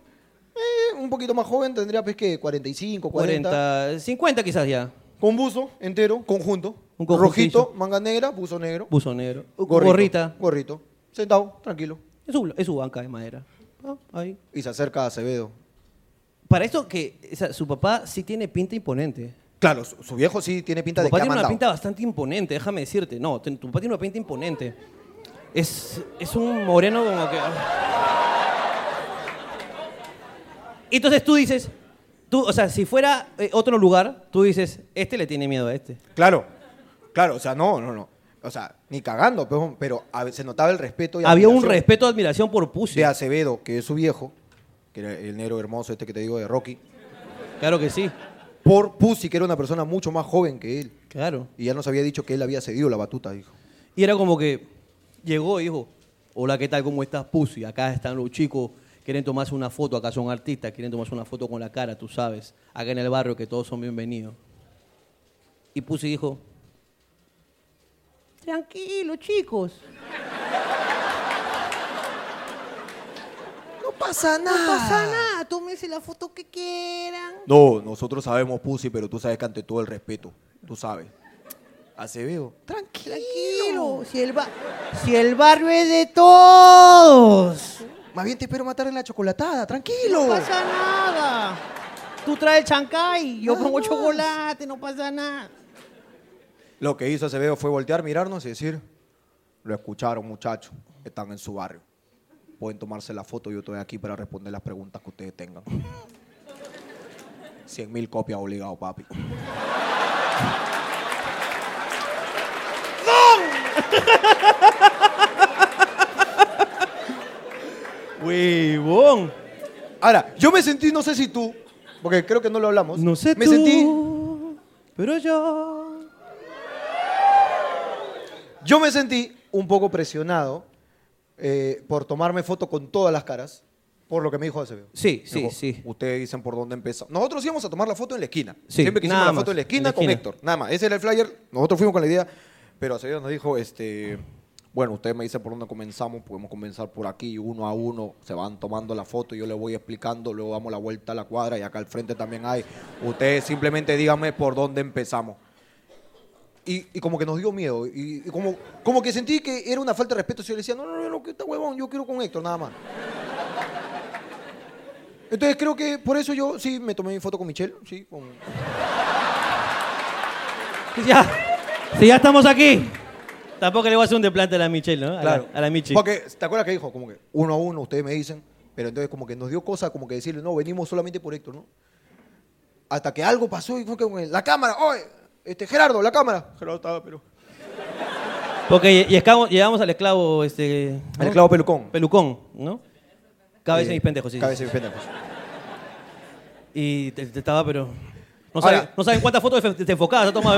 Speaker 1: eh, un poquito más joven, tendría, pues, que 45, 40.
Speaker 2: 40, 50 quizás ya.
Speaker 1: Con buzo entero, conjunto.
Speaker 2: Un conjuntillo.
Speaker 1: rojito, manga negra, buzo negro.
Speaker 2: Buzo negro.
Speaker 1: Gorrito,
Speaker 2: Uh, Gorrita.
Speaker 1: Gorrito. Sentado, tranquilo.
Speaker 2: Es su, es su banca de madera. Ah, ahí.
Speaker 1: Y se acerca a Acevedo.
Speaker 2: Para esto que o sea, su papá sí tiene pinta imponente.
Speaker 1: Claro, su, su viejo sí tiene pinta
Speaker 2: Tu
Speaker 1: de que
Speaker 2: papá
Speaker 1: ha
Speaker 2: tiene una
Speaker 1: mandado.
Speaker 2: pinta bastante imponente, déjame decirte. No, ten- tu papá tiene una pinta imponente. Es, es un moreno como que... Y entonces tú dices, tú, o sea, si fuera eh, otro lugar, tú dices, este le tiene miedo a este.
Speaker 1: Claro, claro, o sea, no, no, no. O sea, ni cagando, pero, pero a ver, se notaba el respeto. Y
Speaker 2: Había un
Speaker 1: admiración
Speaker 2: respeto, admiración por Pussy.
Speaker 1: De Acevedo, que es su viejo, que era el negro hermoso este que te digo de Rocky,
Speaker 2: Claro que sí,
Speaker 1: por Pussy, que era una persona mucho más joven que él.
Speaker 2: claro.
Speaker 1: Y ya nos había dicho que él había cedido la batuta, dijo.
Speaker 2: Y era como que llegó y dijo, hola, ¿qué tal? ¿Cómo estás, Pussy? Acá están los chicos, quieren tomarse una foto, acá son artistas, quieren tomarse una foto con la cara, tú sabes, acá en el barrio que todos son bienvenidos. Y Pussy dijo, tranquilo, chicos,
Speaker 1: No pasa nada.
Speaker 2: no pasa nada, tómense la foto que quieran.
Speaker 1: No, nosotros sabemos Pussy, pero tú sabes que ante todo el respeto, tú sabes. Acevedo.
Speaker 2: Tranquilo, si el, ba- si el barrio es de todos.
Speaker 1: Más bien te espero matar en la chocolatada, tranquilo.
Speaker 2: nada. Tú traes el chancay,
Speaker 1: yo pongo chocolate,
Speaker 2: no pasa nada.
Speaker 1: Lo que hizo Acevedo fue voltear, mirarnos y decir, lo escucharon muchachos, están en su barrio. Pueden tomarse la foto, yo estoy aquí para responder las preguntas que ustedes tengan. 100 mil copias obligado, papi.
Speaker 2: Huevón.
Speaker 1: Ahora, yo me sentí, no sé si tú, porque creo que no lo hablamos.
Speaker 2: No sé
Speaker 1: Me
Speaker 2: tú,
Speaker 1: sentí,
Speaker 2: pero yo...
Speaker 1: yo me sentí un poco presionado eh, por tomarme foto con todas las caras, por lo que me dijo Acevedo.
Speaker 2: Sí, sí,
Speaker 1: Dijo,
Speaker 2: sí.
Speaker 1: Ustedes dicen por dónde empezó. Nosotros íbamos a tomar la foto en la esquina.
Speaker 2: Sí,
Speaker 1: Siempre que hicimos
Speaker 2: nada
Speaker 1: la
Speaker 2: más,
Speaker 1: foto en la
Speaker 2: en
Speaker 1: esquina
Speaker 2: la
Speaker 1: con
Speaker 2: esquina.
Speaker 1: Héctor. Nada más. Ese era el flyer. Nosotros fuimos con la idea, pero Acevedo nos dijo, este, bueno, ustedes me dicen por dónde comenzamos, podemos comenzar por aquí, uno a uno, se van tomando la foto, yo les voy explicando, luego damos la vuelta a la cuadra y acá al frente también hay. Ustedes simplemente díganme por dónde empezamos. Y, y como que nos dio miedo. Y, y como, como que sentí que era una falta de respeto. Si yo le decía, no, no, no, no, que está huevón, yo quiero con Héctor, nada más. Entonces creo que por eso yo sí me tomé mi foto con Michelle, sí, con-
Speaker 2: Ya, si ya estamos aquí. Tampoco le voy a hacer un desplante a la Michelle, ¿no? A la, a la Michi.
Speaker 1: Porque, ¿te acuerdas que dijo? Como que uno a uno, ustedes me dicen, pero entonces como que nos dio cosa como que decirle, no, venimos solamente por Héctor, ¿no? Hasta que algo pasó y fue que la cámara, oye, este Gerardo, la cámara. Gerardo estaba, pero.
Speaker 2: Porque lle- llegamos- llegamos al esclavo, este... ¿no?
Speaker 1: Al clavo pelucón.
Speaker 2: Pelucón, ¿no? Cabeza
Speaker 1: Eh,
Speaker 2: de mis pendejos, sí. sí.
Speaker 1: Cabeza de mis pendejos.
Speaker 2: Y te, te estaba, pero... No,
Speaker 1: Ahora-
Speaker 2: saben- no saben cuántas fotos te, te enfocabas. Toma,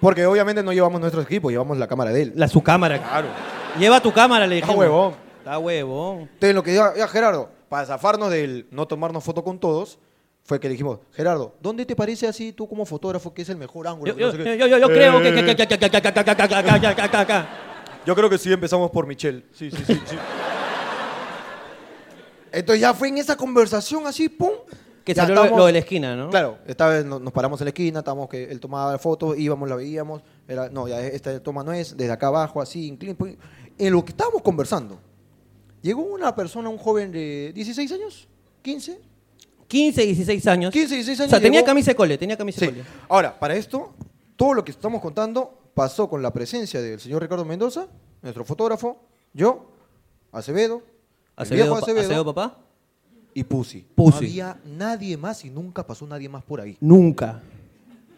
Speaker 1: Porque obviamente no llevamos nuestro equipo, llevamos la cámara de él.
Speaker 2: la, su cámara.
Speaker 1: Claro.
Speaker 2: Lleva tu cámara, le
Speaker 1: Está
Speaker 2: dijimos.
Speaker 1: huevón.
Speaker 2: Está huevón.
Speaker 1: Entonces lo que dijo ya, Gerardo, para zafarnos del no tomarnos foto con todos, fue que le dijimos, Gerardo, ¿dónde te parece así tú como fotógrafo que es el mejor ángulo?
Speaker 2: Yo,
Speaker 1: Que no
Speaker 2: yo,
Speaker 1: sé
Speaker 2: yo,
Speaker 1: qué?
Speaker 2: yo- yo creo que...
Speaker 1: Eh,
Speaker 2: que- que- que- que- que- que- que- que- que- que- que- que- que-
Speaker 1: Yo creo que sí empezamos por Michelle. Sí, sí, sí. Entonces ya fue en esa conversación así, pum.
Speaker 2: Que
Speaker 1: Ya
Speaker 2: salió lo-
Speaker 1: estábamos-
Speaker 2: lo de la esquina, ¿no?
Speaker 1: Claro, esta vez no- nos paramos en la esquina, estábamos que él tomaba fotos, íbamos, la veíamos. Era, no, ya esta toma no es, desde acá abajo, así, inclin, pum. En lo que estábamos conversando, llegó una persona, un joven de 16 años, 15,
Speaker 2: 15, 16 años.
Speaker 1: 15, 16 años
Speaker 2: O sea, tenía
Speaker 1: llegó-
Speaker 2: camisa de cole, tenía camisa de
Speaker 1: Sí.
Speaker 2: cole.
Speaker 1: Ahora, para esto, todo lo que estamos contando pasó con la presencia del señor Ricardo Mendoza, nuestro fotógrafo, yo, Acevedo, el
Speaker 2: Acevedo,
Speaker 1: viejo
Speaker 2: pa-
Speaker 1: Acevedo,
Speaker 2: Acevedo, papá.
Speaker 1: y Pussy. No
Speaker 2: Pussy.
Speaker 1: había nadie más y nunca pasó nadie más por ahí.
Speaker 2: Nunca.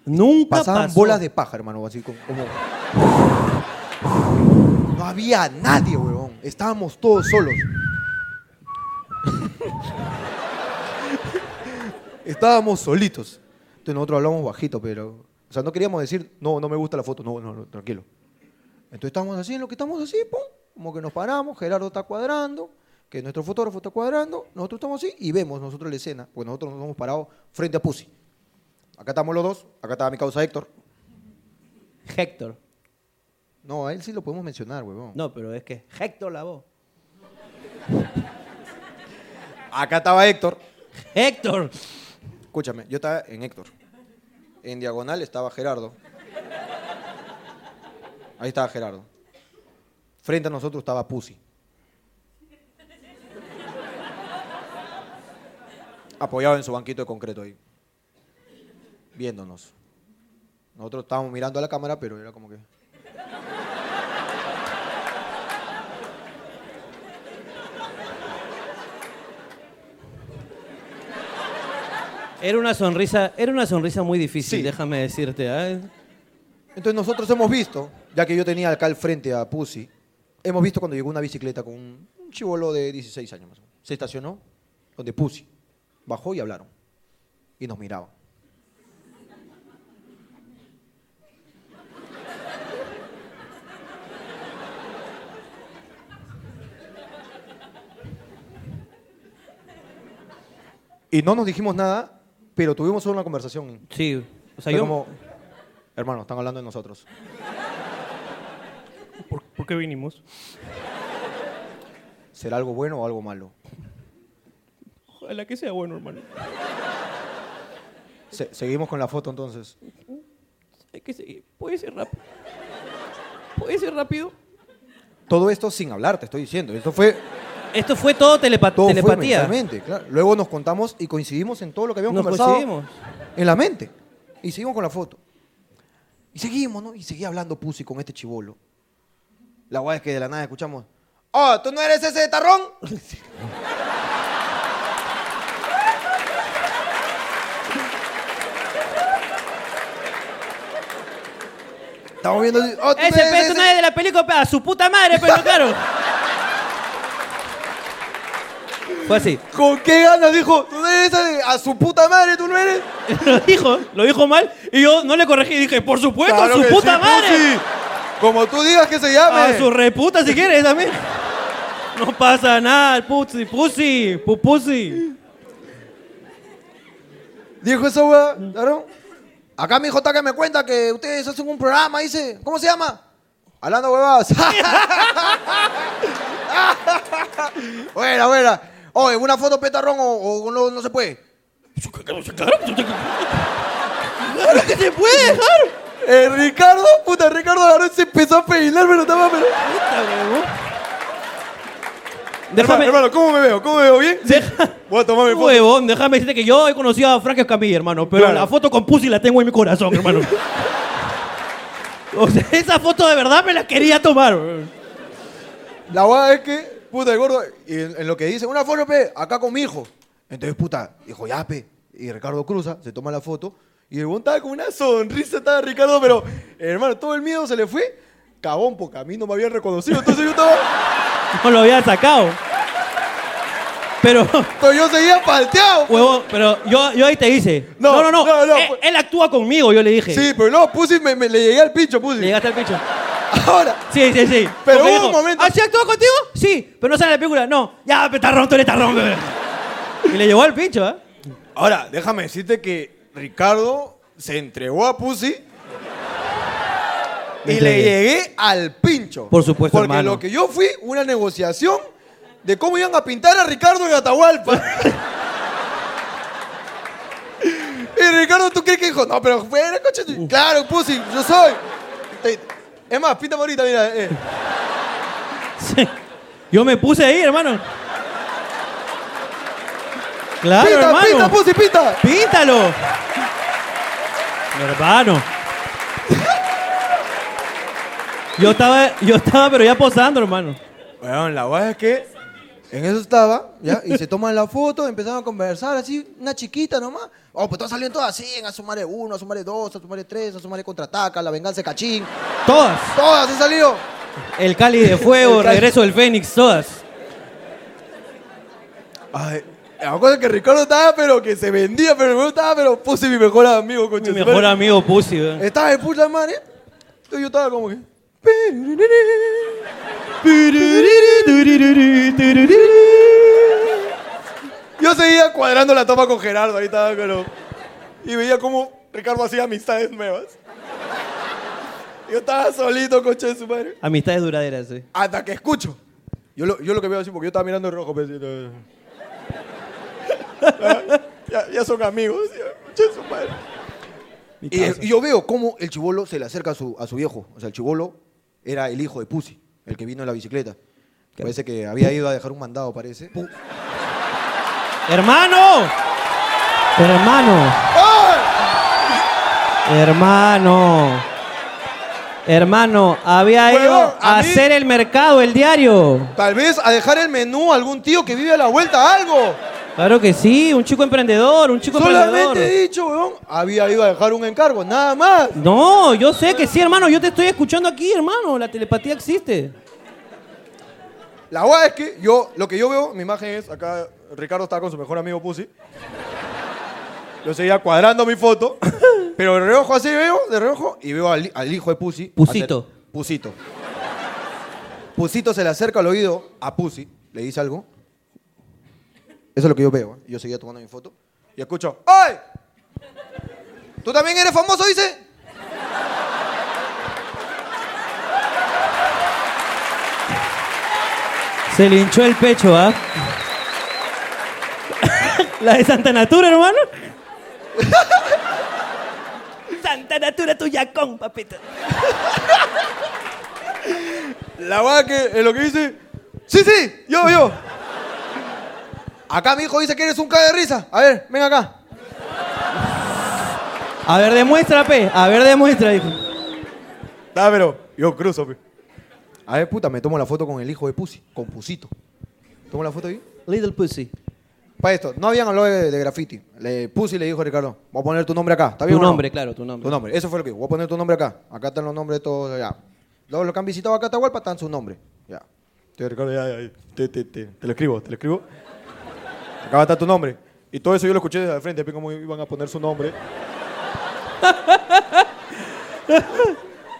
Speaker 2: Nunca
Speaker 1: Pasaban
Speaker 2: pasó.
Speaker 1: bolas de paja, hermano, así como... como- No había nadie, huevón. Estábamos todos solos. Estábamos solitos. Entonces nosotros hablamos bajito, pero... O sea, no queríamos decir, no, no me gusta la foto. No, no, no, tranquilo. Entonces estábamos así, en lo que estamos así, pum. Como que nos paramos, Gerardo está cuadrando, que nuestro fotógrafo está cuadrando, nosotros estamos así y vemos nosotros la escena, porque nosotros nos hemos parado frente a Pussy. Acá estamos los dos, acá estaba mi causa Héctor.
Speaker 2: Héctor.
Speaker 1: No, a él sí lo podemos mencionar, huevón.
Speaker 2: No, pero es que Héctor la voz.
Speaker 1: Acá estaba Héctor.
Speaker 2: Héctor.
Speaker 1: Escúchame, yo estaba en Héctor. En diagonal estaba Gerardo. Ahí estaba Gerardo. Frente a nosotros estaba Pussy. Apoyado en su banquito de concreto ahí. Viéndonos. Nosotros estábamos mirando a la cámara, pero era como que.
Speaker 2: Era una sonrisa, era una sonrisa muy difícil,
Speaker 1: Sí.
Speaker 2: déjame decirte. ¿eh?
Speaker 1: Entonces nosotros hemos visto, ya que yo tenía acá al frente a Pussy, hemos visto cuando llegó una bicicleta con un un chivolo de 16 años más o menos. Se estacionó donde Pussy. Bajó y hablaron. Y nos miraban. Y no nos dijimos nada, pero tuvimos solo una conversación.
Speaker 2: Sí. O sea,
Speaker 1: Fue
Speaker 2: yo.
Speaker 1: como, hermano, están hablando de nosotros.
Speaker 2: ¿Por, qué vinimos?
Speaker 1: ¿Será algo bueno o algo malo?
Speaker 2: Ojalá que sea bueno, hermano.
Speaker 1: Se- seguimos con la foto entonces.
Speaker 2: Hay que seguir. Puede ser rápido. Puede ser rápido.
Speaker 1: Todo esto sin hablar, te estoy diciendo. Esto fue
Speaker 2: Esto fue todo telepa-
Speaker 1: todo fue
Speaker 2: telepatía.
Speaker 1: mentalmente, claro. Luego nos contamos y coincidimos en todo lo que habíamos
Speaker 2: Nos
Speaker 1: conversado.
Speaker 2: coincidimos.
Speaker 1: En la mente. Y seguimos con la foto. Y seguimos, ¿no? Y seguía hablando Pussy con este chivolo. La guay es que de la nada escuchamos. ¡Oh, tú no eres ese de tarrón! Estamos viendo. "Oh, tú no
Speaker 2: Ese
Speaker 1: eres
Speaker 2: peso no es de la película, pe- a su puta madre, pero claro. Fue así.
Speaker 1: ¿Con qué ganas dijo? Tú no eres ese- a su puta madre, tú no eres.
Speaker 2: lo dijo, lo dijo mal y yo no le corregí y dije, por supuesto,
Speaker 1: Claro
Speaker 2: a
Speaker 1: que
Speaker 2: su puta
Speaker 1: sí,
Speaker 2: madre.
Speaker 1: Pussy. Como tú digas que se llame.
Speaker 2: A su reputa si quieres también. No pasa nada, pussy, pussy, pupusi.
Speaker 1: Dijo esa weá, claro. Acá mi hijo está que me cuenta que ustedes hacen un programa, dice. ¿Cómo se llama? Hablando huevadas. buena, buena. Oye, ¿una foto petarrón o, o no, no se puede?
Speaker 2: Claro que se puede dejar.
Speaker 1: Eh, Ricardo, puta, Ricardo ahora se empezó a peinar, pero estaba... Pero...
Speaker 2: Déjame,
Speaker 1: ¿cómo me veo? ¿Cómo me veo bien?
Speaker 2: deja-
Speaker 1: Voy a tomarme
Speaker 2: Huevón, déjame decirte que yo he conocido a Frank Escamilla, hermano, pero
Speaker 1: Claro.
Speaker 2: la foto con Pussy la tengo en mi corazón, hermano. o sea, esa foto de verdad me la quería tomar. weón.
Speaker 1: La guada es que, puta, el gordo, y en, en lo que dice, una foto, pe, acá con mi hijo. Entonces, puta, dijo, ya, pe. Y Ricardo cruza, se toma la foto. Y el buen estaba con una sonrisa, estaba Ricardo, pero, hermano, todo el miedo se le fue. Cabón, porque a mí no me habían reconocido. Entonces yo estaba,
Speaker 2: No lo había sacado. Pero
Speaker 1: entonces yo seguía palteado.
Speaker 2: Huevo, pero yo, yo ahí te hice.
Speaker 1: No,
Speaker 2: No, no, no.
Speaker 1: no, no,
Speaker 2: él,
Speaker 1: pues-
Speaker 2: él actúa conmigo, yo le dije.
Speaker 1: Sí, pero no, Pussy, me, me- le llegué al pincho,
Speaker 2: Le
Speaker 1: Pussy.
Speaker 2: llegaste al pecho.
Speaker 1: Ahora,
Speaker 2: Sí, sí, sí.
Speaker 1: Pero
Speaker 2: Porque
Speaker 1: hubo un momento-
Speaker 2: ¿Ah, sí actúa contigo? Sí, pero no sale en la película. No, ya, petarrón, tú eres tarrón, bebé. Y le llevó al pincho, ¿eh?
Speaker 1: ahora, déjame decirte que Ricardo se entregó a Pussy.
Speaker 2: Me
Speaker 1: Y le
Speaker 2: entregué.
Speaker 1: llegué al pincho.
Speaker 2: Por supuesto,
Speaker 1: Porque
Speaker 2: hermano.
Speaker 1: lo que yo fui, una negociación de cómo iban a pintar a Ricardo en Atahualpa. Oye, Ricardo, ¿tú crees que dijo? No, pero fuera, coche. tu-". Claro, pussy, yo soy. Te- Es más, píntame ahorita, mira. eh.
Speaker 2: Sí. Yo me puse ahí, hermano. Claro,
Speaker 1: pinta,
Speaker 2: hermano.
Speaker 1: pinta, pussy, pinta.
Speaker 2: Píntalo. Hermano. Yo estaba, yo estaba, pero ya posando, hermano.
Speaker 1: Bueno, la verdad es que en eso estaba, ¿ya? Y se toman la foto, empezaron a conversar así, una chiquita nomás. Oh, pues todas salieron todas así, en a sumaré uno, a sumaré dos, a sumaré tres, a sumaré contraataca, la venganza de cachín.
Speaker 2: Todas.
Speaker 1: Todas se salió.
Speaker 2: El Cali de Fuego,
Speaker 1: El Cali.
Speaker 2: Regreso del Fénix, todas.
Speaker 1: Ay, la cosa es que Ricardo estaba, pero que se vendía, pero no estaba, pero puse mi mejor amigo,
Speaker 2: Mi
Speaker 1: concha. su
Speaker 2: mejor
Speaker 1: madre.
Speaker 2: amigo Pussy, weón.
Speaker 1: Estaba de puta madre. Entonces yo estaba como que. Yo seguía cuadrando la toma con Gerardo, ahí estaba, pero. Y veía cómo Ricardo hacía amistades nuevas. Yo estaba solito, coche de su madre.
Speaker 2: Amistades duraderas, sí.
Speaker 1: Hasta que escucho. Yo lo, yo lo que veo así, porque yo estaba mirando en rojo, pues, y no- ya, ya son amigos. ya, concha de su madre.
Speaker 2: Mi
Speaker 1: Y,
Speaker 2: causa.
Speaker 1: y yo veo cómo el chivolo se le acerca a su, a su viejo. O sea, el chivolo era el hijo de Pussy, el que vino en la bicicleta. Parece que había ido a dejar un mandado, parece.
Speaker 2: ¡Hermano! Hermano. Hermano. Hermano, había
Speaker 1: Huevón,
Speaker 2: ido a,
Speaker 1: a mí-
Speaker 2: hacer el mercado, el diario.
Speaker 1: Tal vez a dejar el menú a algún tío que vive a la vuelta, algo.
Speaker 2: Claro que sí, un chico emprendedor, un chico
Speaker 1: Solamente
Speaker 2: emprendedor.
Speaker 1: he dicho, weón, había ido a dejar un encargo, nada más.
Speaker 2: No, yo sé que sí, hermano, yo te estoy escuchando aquí, hermano, la telepatía existe.
Speaker 1: La verdad es que yo, lo que yo veo, mi imagen es, acá Ricardo está con su mejor amigo Pussy. Yo seguía cuadrando mi foto, pero de reojo así veo, de reojo, y veo al, al hijo de Pussy.
Speaker 2: Pusito.
Speaker 1: hacer- Pusito. Pusito se le acerca al oído a Pussy, le dice algo. Eso es lo que yo veo. ¿eh? Yo seguía tomando mi foto y escucho, ¡Ay! ¿Tú también eres famoso, dice?
Speaker 2: Se le hinchó el pecho, ¿ah? la de Santa Natura, hermano. Santa Natura tuya con, papito.
Speaker 1: La verdad que es lo que dice. Sí, sí, yo, yo. Acá mi hijo dice que eres un cae de risa. A ver, ven acá.
Speaker 2: A ver, demuestra, pe. A ver, demuestra, dijo.
Speaker 1: Ah, pero yo cruzo, pe. A ver, puta, me tomo la foto con el hijo de Pussy, con Pusito. Tomo la foto ahí.
Speaker 2: Little Pussy.
Speaker 1: Para esto, no habían hablado de, de graffiti. Le, Pussy le dijo a Ricardo, voy a poner tu nombre acá. ¿Está bien
Speaker 2: Tu
Speaker 1: o no?
Speaker 2: nombre, claro, tu nombre.
Speaker 1: Tu nombre, eso fue lo que dijo. Voy a poner tu nombre acá. Acá están los nombres de todos allá. Todos los que han visitado acá Atahualpa están su nombre. Ya. Te recuerdo, ya, ya, ya. Te, te, te, te lo escribo, te lo escribo. Acá está tu nombre. Y todo eso yo lo escuché desde el frente, vi cómo iban a poner su nombre.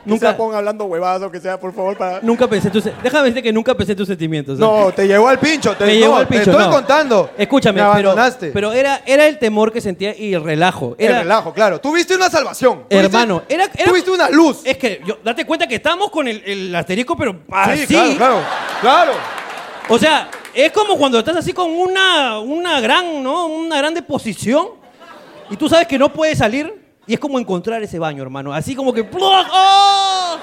Speaker 2: Nunca-
Speaker 1: Nunca pongan hablando huevadas, aunque sea, por favor, para...
Speaker 2: Nunca pensé tus... Déjame decirte que nunca pensé tus sentimientos. ¿eh?
Speaker 1: No, te llegó al pincho, te,
Speaker 2: me
Speaker 1: no,
Speaker 2: llegó al pincho.
Speaker 1: Te estoy
Speaker 2: no.
Speaker 1: contando.
Speaker 2: Escúchame,
Speaker 1: Me
Speaker 2: pero,
Speaker 1: abandonaste.
Speaker 2: pero era, era el temor que sentía y el relajo. Era,
Speaker 1: el relajo, claro. Tuviste una salvación. Tuviste-
Speaker 2: Hermano, era, Eh, era-
Speaker 1: Tuviste una luz.
Speaker 2: Es que, yo, date cuenta que estábamos con el, el asterisco, pero así.
Speaker 1: Ah, sí, claro, claro. Claro.
Speaker 2: O sea, es como cuando estás así con una, una gran, ¿no? Una gran deposición y tú sabes que no puedes salir y es como encontrar ese baño, hermano. Así como que... ¡plua! ¡Ah!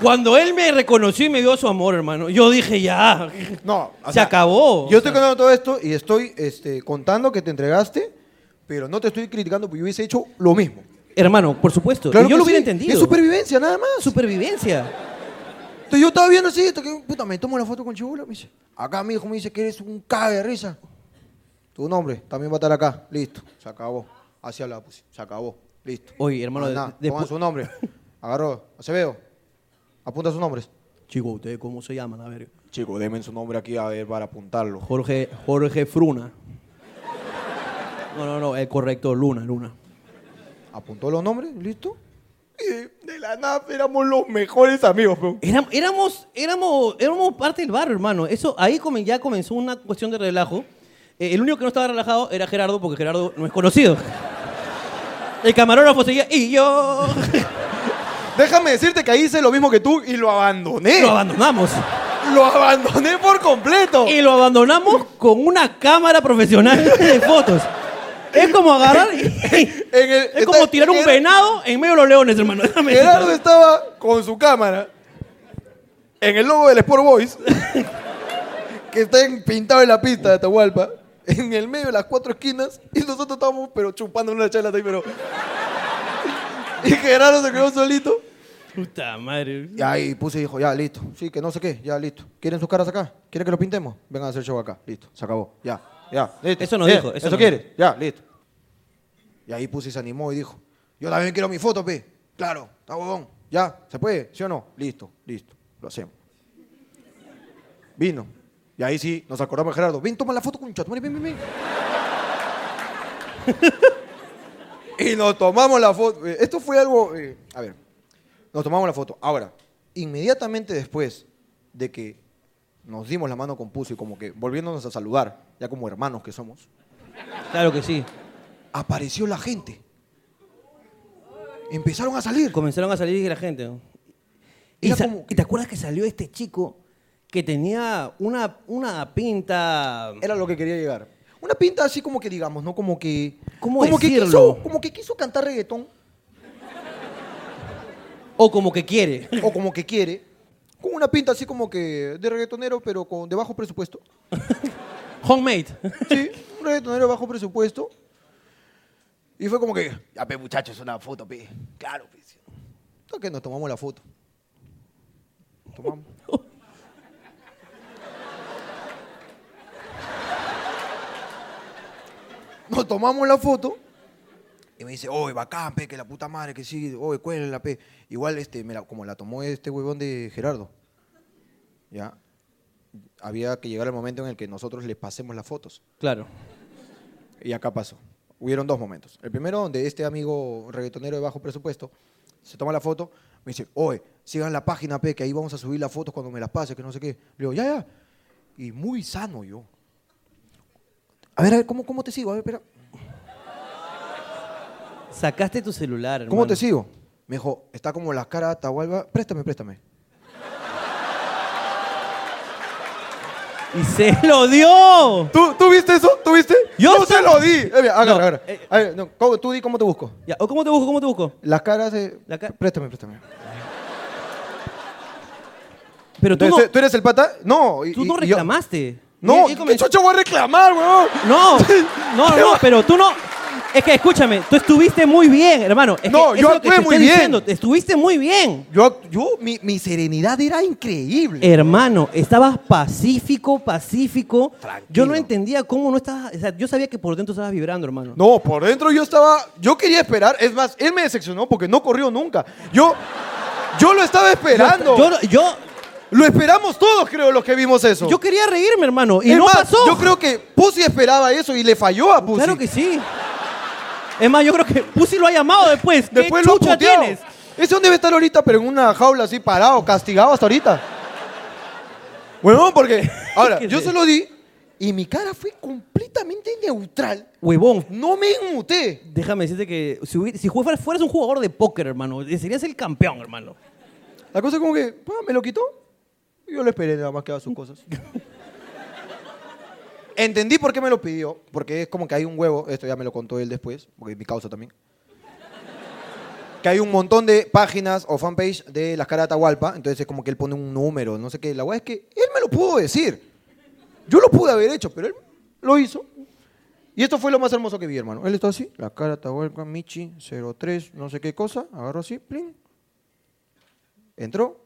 Speaker 2: Cuando él me reconoció y me dio su amor, hermano, yo dije ya.
Speaker 1: No, o
Speaker 2: Se
Speaker 1: sea,
Speaker 2: acabó.
Speaker 1: Yo estoy contando todo esto y estoy este, contando que te entregaste, pero no te estoy criticando porque yo hubiese hecho lo mismo.
Speaker 2: Hermano, por supuesto.
Speaker 1: Claro
Speaker 2: y yo
Speaker 1: que
Speaker 2: lo hubiera
Speaker 1: sí.
Speaker 2: entendido.
Speaker 1: Es supervivencia, nada más.
Speaker 2: Supervivencia.
Speaker 1: Entonces yo estaba viendo así, esto que, puta, me tomo la foto con Chibola, me dice, acá mi hijo me dice que eres un caga de risa. Tu nombre también va a estar acá, listo, se acabó. Así hablaba, pues, se acabó, listo.
Speaker 2: Oye, hermano,
Speaker 1: Más
Speaker 2: de-
Speaker 1: nada,
Speaker 2: de-
Speaker 1: pongan su nombre. Agarró, Acevedo, apunta sus nombres.
Speaker 2: Chico, ¿ustedes cómo se llaman? A ver.
Speaker 1: Chico, denme su nombre aquí a ver para apuntarlo.
Speaker 2: Jorge, Jorge Fruna. No, no, no, es correcto, Luna, Luna.
Speaker 1: Apuntó los nombres, listo. Y de la nada éramos los mejores amigos, peón.
Speaker 2: Éram- éramos, éramos, éramos parte del barrio, hermano. Eso, ahí come- ya comenzó una cuestión de relajo. Eh, el único que no estaba relajado era Gerardo, porque Gerardo no es conocido. El camarógrafo seguía, y yo...
Speaker 1: Déjame decirte que ahí hice lo mismo que tú y lo abandoné.
Speaker 2: Lo abandonamos.
Speaker 1: Lo abandoné por completo.
Speaker 2: Y lo abandonamos con una cámara profesional de fotos. Es como agarrar y- y-
Speaker 1: En el-
Speaker 2: es como
Speaker 1: está-
Speaker 2: tirar un
Speaker 1: era-
Speaker 2: venado en medio de los leones, hermano. Déjame decirte.
Speaker 1: Gerardo estaba con su cámara en el logo del Sport Boys, que está en- pintado en la pista de Atahualpa, en el medio de las cuatro esquinas, y nosotros estábamos pero chupando una chela ahí, pero... Y Gerardo se quedó solito.
Speaker 2: Puta madre.
Speaker 1: Y ahí puse y dijo, ya, listo. Sí, que no sé qué, ya, listo. ¿Quieren sus caras acá? ¿Quieren que lo pintemos? Vengan a hacer show acá. Listo, se acabó. Ya, ya, listo.
Speaker 2: Eso nos
Speaker 1: Eh,
Speaker 2: dijo, eso
Speaker 1: ¿Eso
Speaker 2: nos
Speaker 1: quiere? Ya, listo. Y ahí puse y se animó y dijo, yo también quiero mi foto, pe. Claro, está huevón. Ya, ¿se puede? ¿Sí o no? Listo, listo. Lo hacemos. Vino. Y ahí sí, nos acordamos de Gerardo. Ven, toma la foto con un chat. Ven, ven, ven. y nos tomamos la foto. Eh, Esto fue algo... eh, a ver. Nos tomamos la foto. Ahora, inmediatamente después de que nos dimos la mano con Puso y como que volviéndonos a saludar, ya como hermanos que somos,
Speaker 2: Claro que sí.
Speaker 1: apareció la gente. Empezaron a salir.
Speaker 2: Comenzaron a salir la gente. ¿no? Y,
Speaker 1: Era
Speaker 2: sa-
Speaker 1: como que-
Speaker 2: ¿y te acuerdas que salió este chico que tenía una, una pinta.
Speaker 1: Era lo que quería llegar. Una pinta así como que digamos, ¿no? Como que.
Speaker 2: ¿Cómo
Speaker 1: como que
Speaker 2: decirlo?
Speaker 1: quiso, como que quiso cantar reggaetón.
Speaker 2: O como que quiere.
Speaker 1: O como que quiere. Con una pinta así como que de reggaetonero, pero con, de bajo presupuesto.
Speaker 2: Homemade.
Speaker 1: Sí, un reggaetonero de bajo presupuesto. Y fue como que.
Speaker 3: Ya, pe, muchachos, una foto, pe. Claro, pe. sí.
Speaker 1: "Toque, nos tomamos la foto. Tomamos. Nos tomamos la foto. Y me dice, oye, bacán, pe, que la puta madre, que sí, oye, cuélala, la pe. Igual, este, me la- como la tomó este huevón de Gerardo, ya, había que llegar al momento en el que nosotros le pasemos las fotos.
Speaker 2: Claro.
Speaker 1: Y acá pasó. Hubieron dos momentos. El primero, donde este amigo reggaetonero de bajo presupuesto se toma la foto, me dice, oye, sigan la página, pe, que ahí vamos a subir las fotos cuando me las pase, que no sé qué. Le digo, ya, ya. Y muy sano yo. A ver, a ver, ¿cómo, cómo te sigo? A ver, espera.
Speaker 2: Sacaste tu celular. Hermano.
Speaker 1: ¿Cómo te sigo? Me dijo, está como las caras de Atahualpa. Préstame, préstame.
Speaker 2: Y se lo dio.
Speaker 1: ¿Tú, tú viste eso? ¿Tú viste?
Speaker 2: Yo
Speaker 1: ¡No se
Speaker 2: estaba-
Speaker 1: lo di! Eh, mira, agarra,
Speaker 2: No,
Speaker 1: agarra.
Speaker 2: eh,
Speaker 1: A ver, no, ¿cómo- Oh, tú di cómo te busco.
Speaker 2: Ya, ¿o ¿Cómo te busco? ¿Cómo te busco?
Speaker 1: Las caras de...
Speaker 2: La ca-
Speaker 1: Préstame, préstame.
Speaker 2: Pero tú
Speaker 1: Entonces,
Speaker 2: no,
Speaker 1: ¿tú, tú eres el pata? No. y-
Speaker 2: tú
Speaker 1: y-
Speaker 2: no
Speaker 1: y yo-
Speaker 2: reclamaste.
Speaker 1: No,
Speaker 2: Y- y
Speaker 1: ¿qué
Speaker 2: comenzó-
Speaker 1: chucha voy a reclamar, weón?
Speaker 2: No, no, no, pero tú no. Es que escúchame, tú estuviste muy bien, hermano. Es que
Speaker 1: No,
Speaker 2: eso
Speaker 1: yo
Speaker 2: es lo que
Speaker 1: actué
Speaker 2: te
Speaker 1: muy
Speaker 2: estoy
Speaker 1: bien.
Speaker 2: diciendo, te Estuviste muy bien.
Speaker 1: Yo, yo mi, mi serenidad era increíble.
Speaker 2: Hermano, estabas pacífico, pacífico. Yo no
Speaker 1: Tranquilo.
Speaker 2: entendía cómo no estabas. o sea, yo sabía que por dentro estabas vibrando, hermano.
Speaker 1: No, por dentro yo estaba. Yo quería esperar. Es más, él me decepcionó porque no corrió nunca. Yo, yo lo estaba esperando.
Speaker 2: Yo, yo,
Speaker 1: lo esperamos todos, creo, los que vimos eso.
Speaker 2: yo quería reírme, hermano. Y
Speaker 1: Es
Speaker 2: no
Speaker 1: más,
Speaker 2: pasó.
Speaker 1: Yo creo que Pussy esperaba eso y le falló a Pussy.
Speaker 2: Claro que sí. Es más, yo creo que Pussy lo ha llamado después. ¿Qué
Speaker 1: Después lo ha
Speaker 2: chucha
Speaker 1: puteado.
Speaker 2: tienes?
Speaker 1: Ese dónde debe estar ahorita, pero en una jaula así parado, castigado hasta ahorita. Bueno, porque. Ahora, yo se lo di y mi cara fue completamente neutral.
Speaker 2: Huevón,
Speaker 1: No me muté.
Speaker 2: déjame decirte que si, hubi- si fueras, fueras un jugador de póker, hermano, serías el campeón, hermano.
Speaker 1: La cosa como que, pa, me lo quitó. Y yo lo esperé nada más que haga sus cosas. Entendí por qué me lo pidió, porque es como que hay un huevo, esto ya me lo contó él después, porque es mi causa también. Que hay un montón de páginas o fanpage de las caras de Atahualpa, entonces es como que él pone un número, no sé qué. La hueá es que él me lo pudo decir. Yo lo pude haber hecho, pero él lo hizo. Y esto fue lo más hermoso que vi, hermano. Él está así, la cara de Atahualpa, Michi, 03, no sé qué cosa, agarró así, plin, Entró,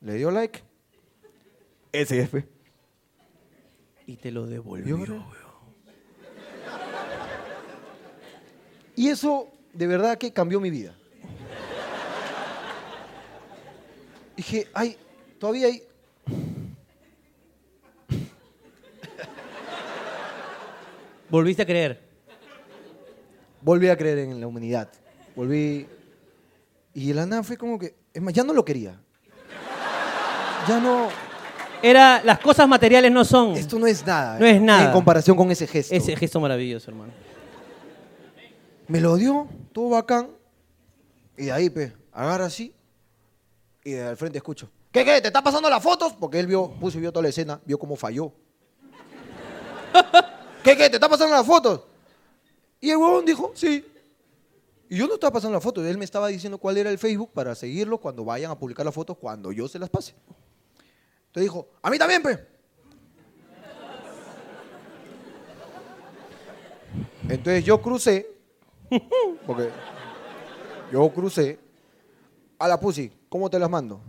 Speaker 1: le dio like. Ese es, fe.
Speaker 2: Y te lo devolvió.
Speaker 1: Yo creo. Y eso, de verdad, que cambió mi vida. Dije, ay, todavía hay...
Speaker 2: Volviste a creer.
Speaker 1: Volví a creer en la humanidad. Volví... Y de la nada fue como que... Es más, ya no lo quería. Ya no...
Speaker 2: Era, las cosas materiales no son
Speaker 1: Esto no es nada.
Speaker 2: No es nada.
Speaker 1: En comparación con ese gesto.
Speaker 2: ese gesto maravilloso, hermano.
Speaker 1: Me lo dio, todo bacán. Y de ahí, pe, agarra así. Y de al frente escucho. ¿Qué, qué? ¿Te está pasando las fotos? Porque él vio, puso y vio toda la escena, vio cómo falló. ¿Qué, qué? ¿Te está pasando las fotos?
Speaker 4: Y el huevón dijo, sí. Y yo no estaba pasando la foto, él me estaba diciendo cuál era el Facebook para seguirlo cuando vayan a publicar las fotos, cuando yo se las pase. Entonces dijo, a mí también, pe. Entonces yo crucé, porque yo crucé a la pussy, ¿cómo te las mando?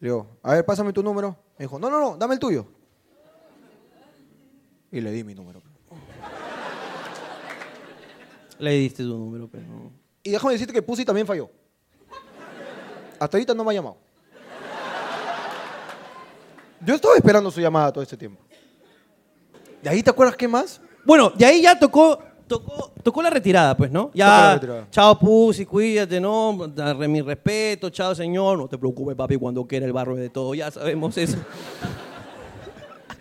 Speaker 4: Le digo, a ver, pásame tu número. Me dijo, no, no, no, dame el tuyo. Y le di mi número. pe.
Speaker 2: Le diste tu número, pero no.
Speaker 4: Y déjame decirte que Pussy también falló. Hasta ahorita no me ha llamado. Yo estaba esperando su llamada todo este tiempo. ¿De ahí te acuerdas qué más?
Speaker 2: Bueno, de ahí ya tocó, tocó, tocó la retirada, pues, ¿no?
Speaker 4: Tocó la
Speaker 2: Ya,
Speaker 4: retirada.
Speaker 2: chao, Pussy, cuídate, ¿no? Darle mi respeto, chao, señor. No te preocupes, papi, cuando quiera el barro es de todo, ya sabemos eso.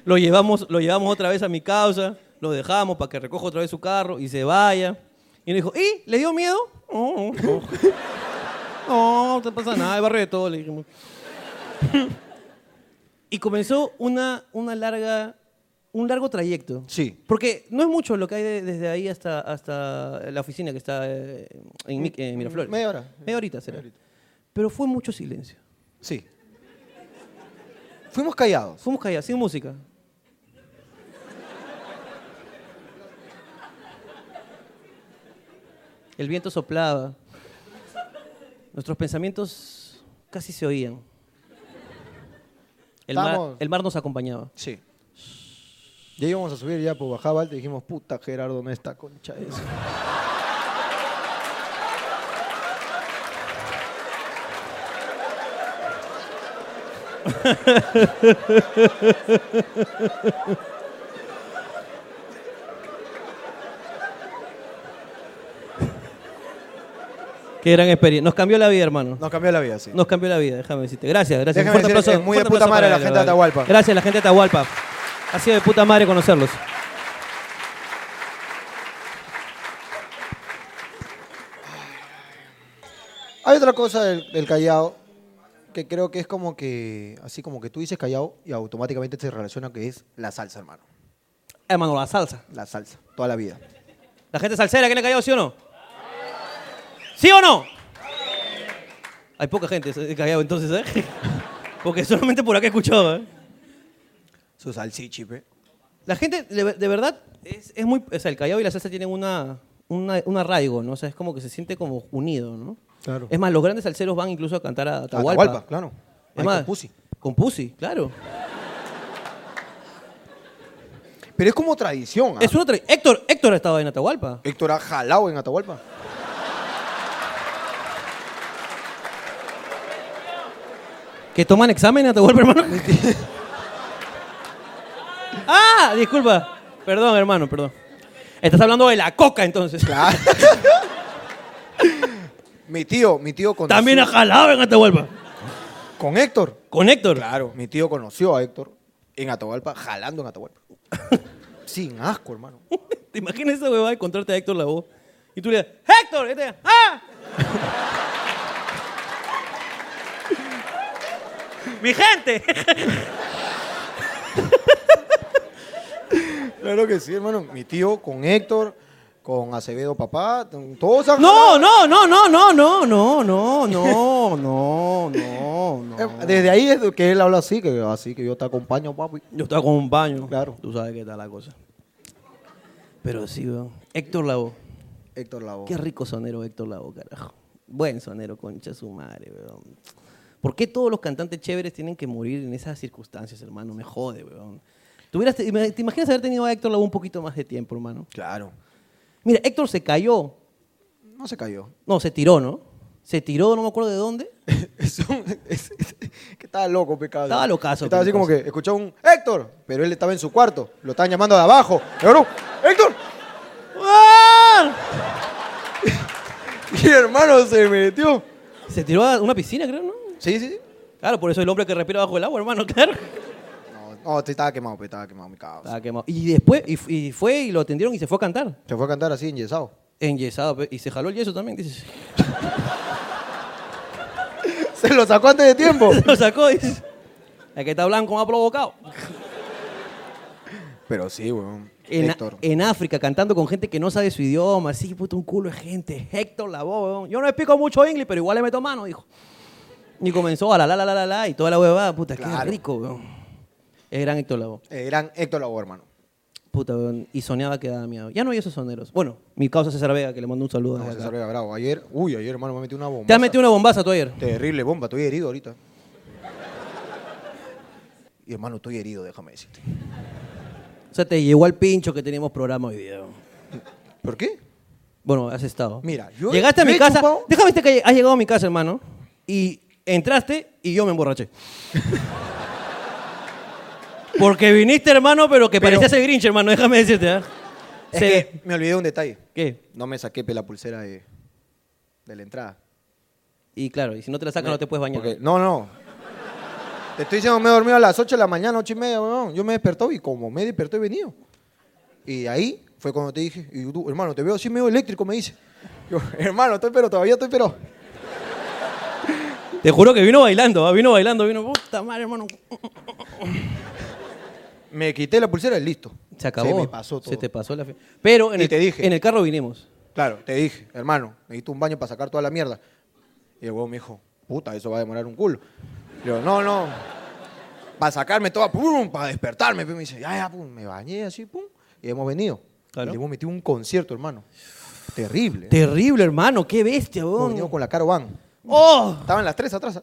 Speaker 2: lo, llevamos, lo llevamos otra vez a mi causa, lo dejamos para que recoja otra vez su carro y se vaya. Y nos dijo, ¿y? ¿Le dio miedo? No, no, no, no te pasa nada, el barrio de todo, le dijimos. y comenzó una, una larga, un largo trayecto.
Speaker 4: Sí.
Speaker 2: Porque no es mucho lo que hay de- desde ahí hasta, hasta la oficina que está eh, en, Mi- en Miraflores.
Speaker 4: Mm, Media hora.
Speaker 2: Media horita será. Pero fue mucho silencio.
Speaker 4: Sí. Fuimos callados.
Speaker 2: Fuimos callados, sin música. El viento soplaba. Nuestros pensamientos casi se oían. El mar,
Speaker 4: Estamos-
Speaker 2: el mar nos acompañaba.
Speaker 4: Sí. Ya íbamos a subir, ya pues bajaba alto y dijimos, puta Gerardo, no está concha de eso.
Speaker 2: Qué gran experiencia. Nos cambió la vida, hermano.
Speaker 4: Nos cambió la vida, sí.
Speaker 2: Nos cambió la vida, déjame decirte. Gracias, gracias.
Speaker 4: Déjame
Speaker 2: Un fuerte
Speaker 4: decir que
Speaker 2: aplauso,
Speaker 4: muy
Speaker 2: un
Speaker 4: de
Speaker 2: fuerte
Speaker 4: puta
Speaker 2: aplauso
Speaker 4: madre
Speaker 2: para
Speaker 4: la
Speaker 2: él,
Speaker 4: gente de
Speaker 2: vale.
Speaker 4: Atahualpa.
Speaker 2: Gracias, la gente de Atahualpa. Ha sido de puta madre conocerlos.
Speaker 4: Hay otra cosa del, del callao que creo que es como que, así como que tú dices callao y automáticamente se relaciona que es la salsa, hermano.
Speaker 2: Hermano, la salsa.
Speaker 4: La salsa, toda la vida.
Speaker 2: La gente salsera que le ha callado, ¿sí o no? ¿Sí o no? Hay poca gente de callado entonces, ¿eh? Porque solamente por acá he escuchado, ¿eh?
Speaker 4: Su salsichi, pe.
Speaker 2: La gente, de, ver- de verdad, es, es muy. O sea, el Callao y la salsa tienen una, una- un arraigo, ¿no? O sea, es como que se siente como unido, ¿no?
Speaker 4: Claro.
Speaker 2: Es más, los grandes salseros van incluso a cantar a Atahualpa.
Speaker 4: Eh, Atahualpa, claro. Ahí
Speaker 2: Es
Speaker 4: con
Speaker 2: más,
Speaker 4: Pussy.
Speaker 2: Con Pussy, claro.
Speaker 4: Pero es como tradición. ¿ah?
Speaker 2: Es una tra- Héctor, Héctor ha estado en Atahualpa.
Speaker 4: Héctor ha jalado en Atahualpa.
Speaker 2: ¿Que toman examen en Atahualpa, hermano? ah, disculpa. Perdón, hermano, perdón. Estás hablando de la coca, entonces.
Speaker 4: Claro. mi tío, mi tío conoció.
Speaker 2: También ha jalado en Atahualpa.
Speaker 4: Con Héctor.
Speaker 2: Con Héctor.
Speaker 4: Claro, mi tío conoció a Héctor en Atahualpa, jalando en Atahualpa. Sin asco, hermano.
Speaker 2: ¿Te imaginas esa huevada de encontrarte a Héctor la voz? Y tú le das, ¡Héctor! y te- ¡Ah! ¡Mi gente!
Speaker 4: Claro que sí, hermano. Mi tío con Héctor, con Acevedo papá, todos han
Speaker 2: No, no, no, no, no, no, no, no, no, no, no, no.
Speaker 4: Eh, Desde ahí es que él habla así, que así que yo te acompaño, papi.
Speaker 2: Yo estaba con un baño.
Speaker 4: Claro.
Speaker 2: Tú sabes qué tal la cosa. Pero sí, weón. Héctor Lavoe.
Speaker 4: Héctor Lavoe.
Speaker 2: Qué rico sonero Héctor Lavoe, carajo. Buen sonero, concha su madre, weón. ¿Por qué todos los cantantes chéveres tienen que morir en esas circunstancias, hermano? Me jode, weón. Tuvieras- ¿Te ima- te imaginas haber tenido a Héctor Lavoe un poquito más de tiempo, hermano?
Speaker 4: Claro.
Speaker 2: Mira, Héctor se cayó.
Speaker 4: No se cayó.
Speaker 2: No, se tiró, ¿no? Se tiró, no me acuerdo de dónde.
Speaker 4: Es un- es- es- que estaba loco, pecado.
Speaker 2: Estaba locazo,
Speaker 4: Estaba así
Speaker 2: Picasso.
Speaker 4: como que escuchaba un Héctor, pero él estaba en su cuarto. Lo estaban llamando de abajo. Hermano, ¡Héctor!
Speaker 2: ¡Ah!
Speaker 4: Y el hermano se metió.
Speaker 2: Se tiró a una piscina, creo, ¿no?
Speaker 4: Sí, sí, sí.
Speaker 2: Claro, por eso el hombre que respira bajo el agua, hermano, claro.
Speaker 4: No, no, sí, estaba quemado, pe, estaba quemado, mi cabrón.
Speaker 2: Estaba quemado. Y después, y, fu- y fue y lo atendieron y se fue a cantar.
Speaker 4: Se fue a cantar así, enyesado.
Speaker 2: Enyesado, pe- y se jaló el yeso también, dices.
Speaker 4: Se lo sacó antes de tiempo.
Speaker 2: lo sacó, dices. El que está blanco me ha provocado.
Speaker 4: pero sí, weón.
Speaker 2: en,
Speaker 4: Héctor.
Speaker 2: en África cantando con gente que no sabe su idioma, así, puto, un culo de gente. Héctor la voz, weón. Yo no explico mucho inglés, pero igual le meto mano, dijo. Y comenzó a la la la la la la y toda la huevada, puta, qué
Speaker 5: Claro.
Speaker 2: rico, weón. Es gran Héctor Lavoe.
Speaker 4: Eh, gran Héctor Lavoe, hermano.
Speaker 2: Puta, weón. Y soñaba que daba miedo. Ya no hay esos soneros. Bueno, mi causa César Vega, que le mando un saludo.
Speaker 4: No,
Speaker 2: desde
Speaker 4: César
Speaker 2: acá.
Speaker 4: Vega Bravo. Ayer, uy, ayer, hermano, me metí una bomba.
Speaker 2: Te has metido una bombaza tú ayer.
Speaker 4: Terrible bomba, estoy herido ahorita.
Speaker 5: Y hermano, estoy herido, déjame decirte.
Speaker 2: O sea, te llegó al pincho que teníamos programa hoy día. weón.
Speaker 4: ¿Por qué?
Speaker 2: Bueno, has estado.
Speaker 4: Mira, yo-
Speaker 2: Llegaste a
Speaker 4: yo
Speaker 2: mi
Speaker 4: he
Speaker 2: casa.
Speaker 4: chupado-
Speaker 2: Déjame decirte que has llegado a mi casa, hermano. Y entraste y yo me emborraché. Porque viniste, hermano, pero que
Speaker 4: Pero-
Speaker 2: parecías el Grinch, hermano. Déjame decirte. ¿ah?
Speaker 4: Es
Speaker 2: Se-
Speaker 4: que me olvidé de un detalle.
Speaker 2: ¿Qué?
Speaker 4: No me saqué pe, la pulsera de, de la entrada.
Speaker 2: Y claro, y si no te la sacas, no te puedes bañar.
Speaker 4: Porque- no, no. Te estoy diciendo, me he dormido a las 8 de la mañana, 8 y media, weón. Yo me despertó y como me despertó he venido. Y de ahí fue cuando te dije, y tú, hermano, te veo así medio eléctrico, me dice. Yo, hermano, estoy pero, todavía estoy pero.
Speaker 2: Te juro que vino bailando, ¿ah? vino bailando, vino. Puta madre, hermano.
Speaker 4: Me quité la pulsera y listo.
Speaker 2: Se acabó.
Speaker 4: Se me pasó todo.
Speaker 2: Se te pasó la fe. Pero en,
Speaker 4: Y
Speaker 2: el,
Speaker 4: te dije.
Speaker 2: en el carro vinimos.
Speaker 4: Claro, te dije, hermano, necesito un baño para sacar toda la mierda. Y el huevón me dijo, puta, eso va a demorar un culo. Le digo, no, no. Para sacarme toda, pum, para despertarme. pe". Me dice, ya, ya, pum, me bañé así, pum. Y hemos venido.
Speaker 2: Claro.
Speaker 4: Y le hemos metido un concierto, hermano. Terrible. ¿eh?
Speaker 2: Terrible, hermano. Qué bestia,
Speaker 4: Hemos
Speaker 2: weón.
Speaker 4: venido con la Caro Van.
Speaker 2: ¡Oh!
Speaker 4: Estaban las tres atrás.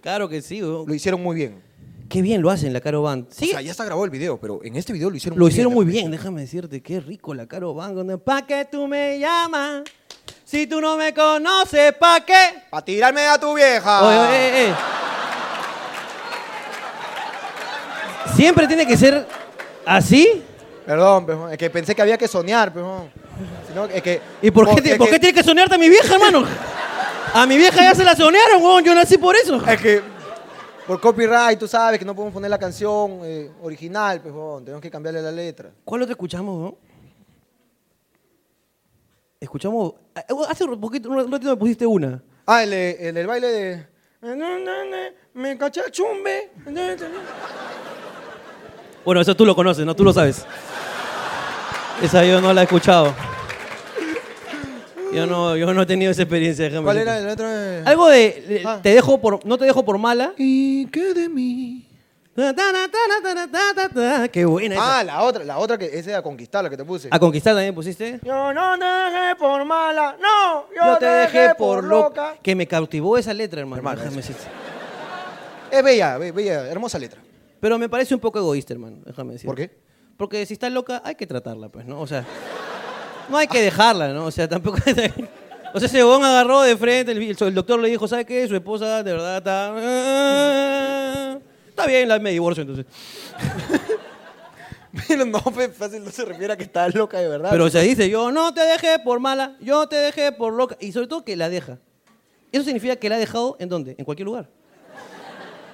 Speaker 2: Claro que sí, weón.
Speaker 4: Lo hicieron muy bien.
Speaker 2: Qué bien lo hacen la Caro Band. Sí,
Speaker 4: O sea, ya está grabado el video, pero en este video lo hicieron
Speaker 2: Lo
Speaker 4: muy
Speaker 2: hicieron
Speaker 4: bien.
Speaker 2: muy bien, déjame decirte, qué rico la Caro Van. con- Pa' que tú me llamas, si tú no me conoces, pa' qué.
Speaker 4: Para tirarme a tu vieja.
Speaker 2: Oye, oye, eh, eh. Siempre tiene que ser así.
Speaker 4: Perdón, pero, es que pensé que había que soñar, pero. Si no, es que,
Speaker 2: ¿Y por qué,
Speaker 4: es
Speaker 2: te- por
Speaker 4: que-
Speaker 2: qué tiene que soñarte a mi vieja, hermano? A mi vieja ya se la sonearon, weón, yo nací por eso.
Speaker 4: Es que por copyright, tú sabes que no podemos poner la canción eh, original, pues, huevón, tenemos que cambiarle la letra.
Speaker 2: ¿Cuál otro escuchamos, no? Escuchamos. ah, Hace un poquito, un ratito me pusiste una.
Speaker 4: Ah, el, de- el del baile de... Me caché chumbe.
Speaker 2: Bueno, eso tú lo conoces, ¿no? Tú lo sabes. Esa yo no la he escuchado. Yo no, yo no he tenido esa experiencia, déjame
Speaker 4: ¿Cuál
Speaker 2: decirte.
Speaker 4: era el otro?
Speaker 2: Algo de le-
Speaker 4: Ah.
Speaker 2: te dejo por no te dejo por mala.
Speaker 4: ¿Y qué de mí?
Speaker 2: Ta, ta, ta, ta, ta, ta, ta, ta. Qué buena esa.
Speaker 4: Ah, la otra, la otra que esa era a conquistar, la que te puse.
Speaker 2: A conquistar también pusiste.
Speaker 4: Yo no te dejé por mala, no, yo,
Speaker 2: te dejé por loca. Que me cautivó esa letra, hermano.
Speaker 4: Hermano,
Speaker 2: déjame decirte.
Speaker 4: Es bella, be- bella, hermosa letra.
Speaker 2: Pero me parece un poco egoísta, hermano. Déjame decirte.
Speaker 4: ¿Por qué?
Speaker 2: Porque si está loca, hay que tratarla, pues, ¿no? O sea, no hay que dejarla, ¿no? O sea, tampoco. O sea, ese huevón agarró de frente, el, el doctor le dijo, ¿sabe qué? Su esposa de verdad está. Está bien, la me divorcio entonces.
Speaker 4: Pero no, fe, fácil no se refiere a que está loca de verdad.
Speaker 2: Pero o sea, dice, yo no te dejé por mala, yo te dejé por loca. Y sobre todo que la deja. Eso significa que la ha dejado en dónde? En cualquier lugar.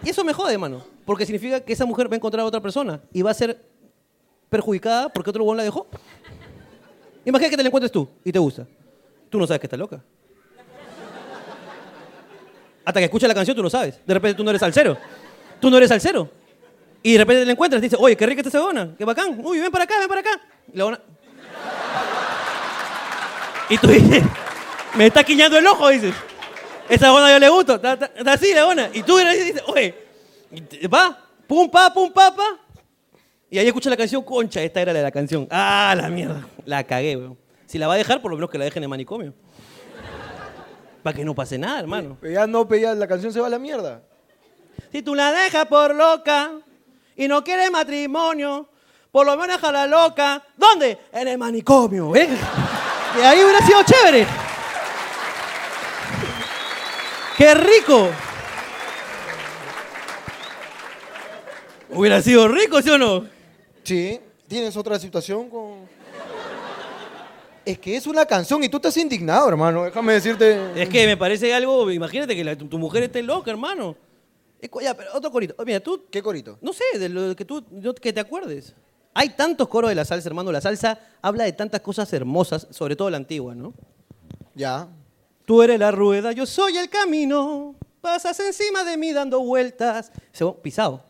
Speaker 2: Y eso me jode, mano. Porque significa que esa mujer va a encontrar a otra persona y va a ser perjudicada porque otro huevón la dejó. Imagina que te la encuentres tú y te gusta. Tú no sabes que está loca. Hasta que escuchas la canción, tú no sabes. De repente tú no eres salsero. Tú no eres salsero. Y de repente te la encuentras y dices, oye, qué rica está esa dona, qué bacán. Uy, ven para acá, ven para acá. Y la dona... Y tú dices, me está quiñando el ojo, dices. Esa dona yo le gusto. Está, está- está así la dona. Y tú dices, oye, y te- va, pum, pa, pum, pa, pa. Y ahí escucha la canción, concha, esta era la de la canción. Ah, la mierda. La cagué, weón. Si la va a dejar, por lo menos que la dejen en el manicomio. Para que no pase nada, hermano.
Speaker 4: Pero ya no, pe, ya la canción se va a la mierda.
Speaker 2: Si tú la dejas por loca y no quieres matrimonio, por lo menos déjala loca. ¿Dónde? En el manicomio, ¿eh? Y ahí hubiera sido chévere. ¡Qué rico! Hubiera sido rico, ¿sí o no?
Speaker 4: Sí, tienes otra situación con. Es que es una canción y tú estás indignado, hermano. Déjame decirte.
Speaker 2: Es que me parece algo, imagínate que la- tu, tu mujer esté loca, hermano. Es cu- ya, pero otro corito. Mira, tú
Speaker 4: ¿Qué corito?
Speaker 2: No sé, de lo que tú no- que te acuerdes. Hay tantos coros de la salsa, hermano. La salsa habla de tantas cosas hermosas, sobre todo la antigua, ¿no?
Speaker 4: Ya.
Speaker 2: Tú eres la rueda, yo soy el camino. Pasas encima de mí dando vueltas. Se pisado.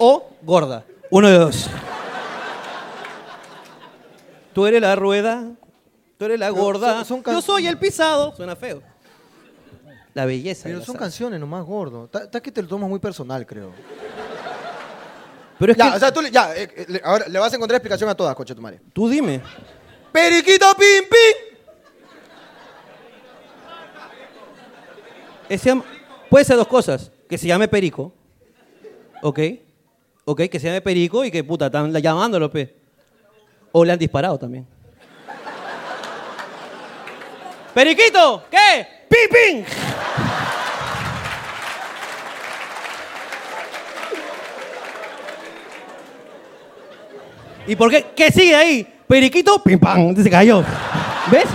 Speaker 2: o gorda. Uno de dos. Tú eres la rueda, tú eres la
Speaker 4: Pero
Speaker 2: gorda.
Speaker 4: son- son can-
Speaker 2: Yo soy el pisado. Suena feo. La belleza. de
Speaker 4: Pero
Speaker 2: la
Speaker 4: son
Speaker 2: salsa.
Speaker 4: canciones nomás, gordo. Está está que te lo tomas muy personal, creo.
Speaker 2: Pero es
Speaker 4: Ya,
Speaker 2: que
Speaker 4: o sea, tú le, ya, eh, eh, le- ahora le vas a encontrar explicación a todas, coche tu madre.
Speaker 2: tú dime.
Speaker 4: Periquito pim pim.
Speaker 2: Ese am- puede ser dos cosas. Que se llame Perico. ¿Ok? ¿Ok? Que se llame Perico y que puta, están la- llamándolo, pe. O le han disparado también. ¡Periquito! ¿Qué? ¡Pipín! ¿Y por qué? ¿Qué sigue ahí? Periquito, pim pam, se cayó. ¿Ves?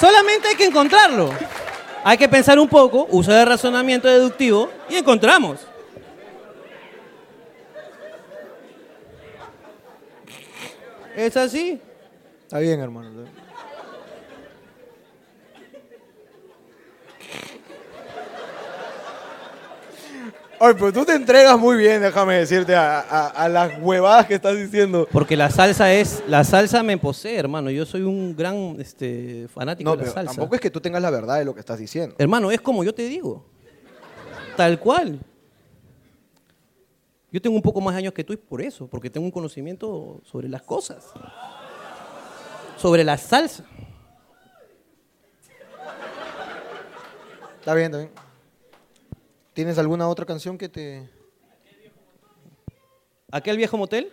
Speaker 2: Solamente hay que encontrarlo. Hay que pensar un poco, uso de razonamiento deductivo y encontramos. Es así.
Speaker 4: Está bien, hermano. Ay, pero tú te entregas muy bien, déjame decirte, a, a- a las huevadas que estás diciendo.
Speaker 2: Porque la salsa es, la salsa me posee, hermano. Yo soy un gran este, fanático
Speaker 4: No,
Speaker 2: de la
Speaker 4: pero
Speaker 2: salsa.
Speaker 4: tampoco es que tú tengas la verdad de lo que estás diciendo.
Speaker 2: Hermano, es como yo te digo. Tal cual. Yo tengo un poco más años que tú y por eso, porque tengo un conocimiento sobre las cosas. Sobre la salsa.
Speaker 4: Está bien, está bien. ¿Tienes alguna otra canción que te...?
Speaker 2: ¿Aquel viejo motel?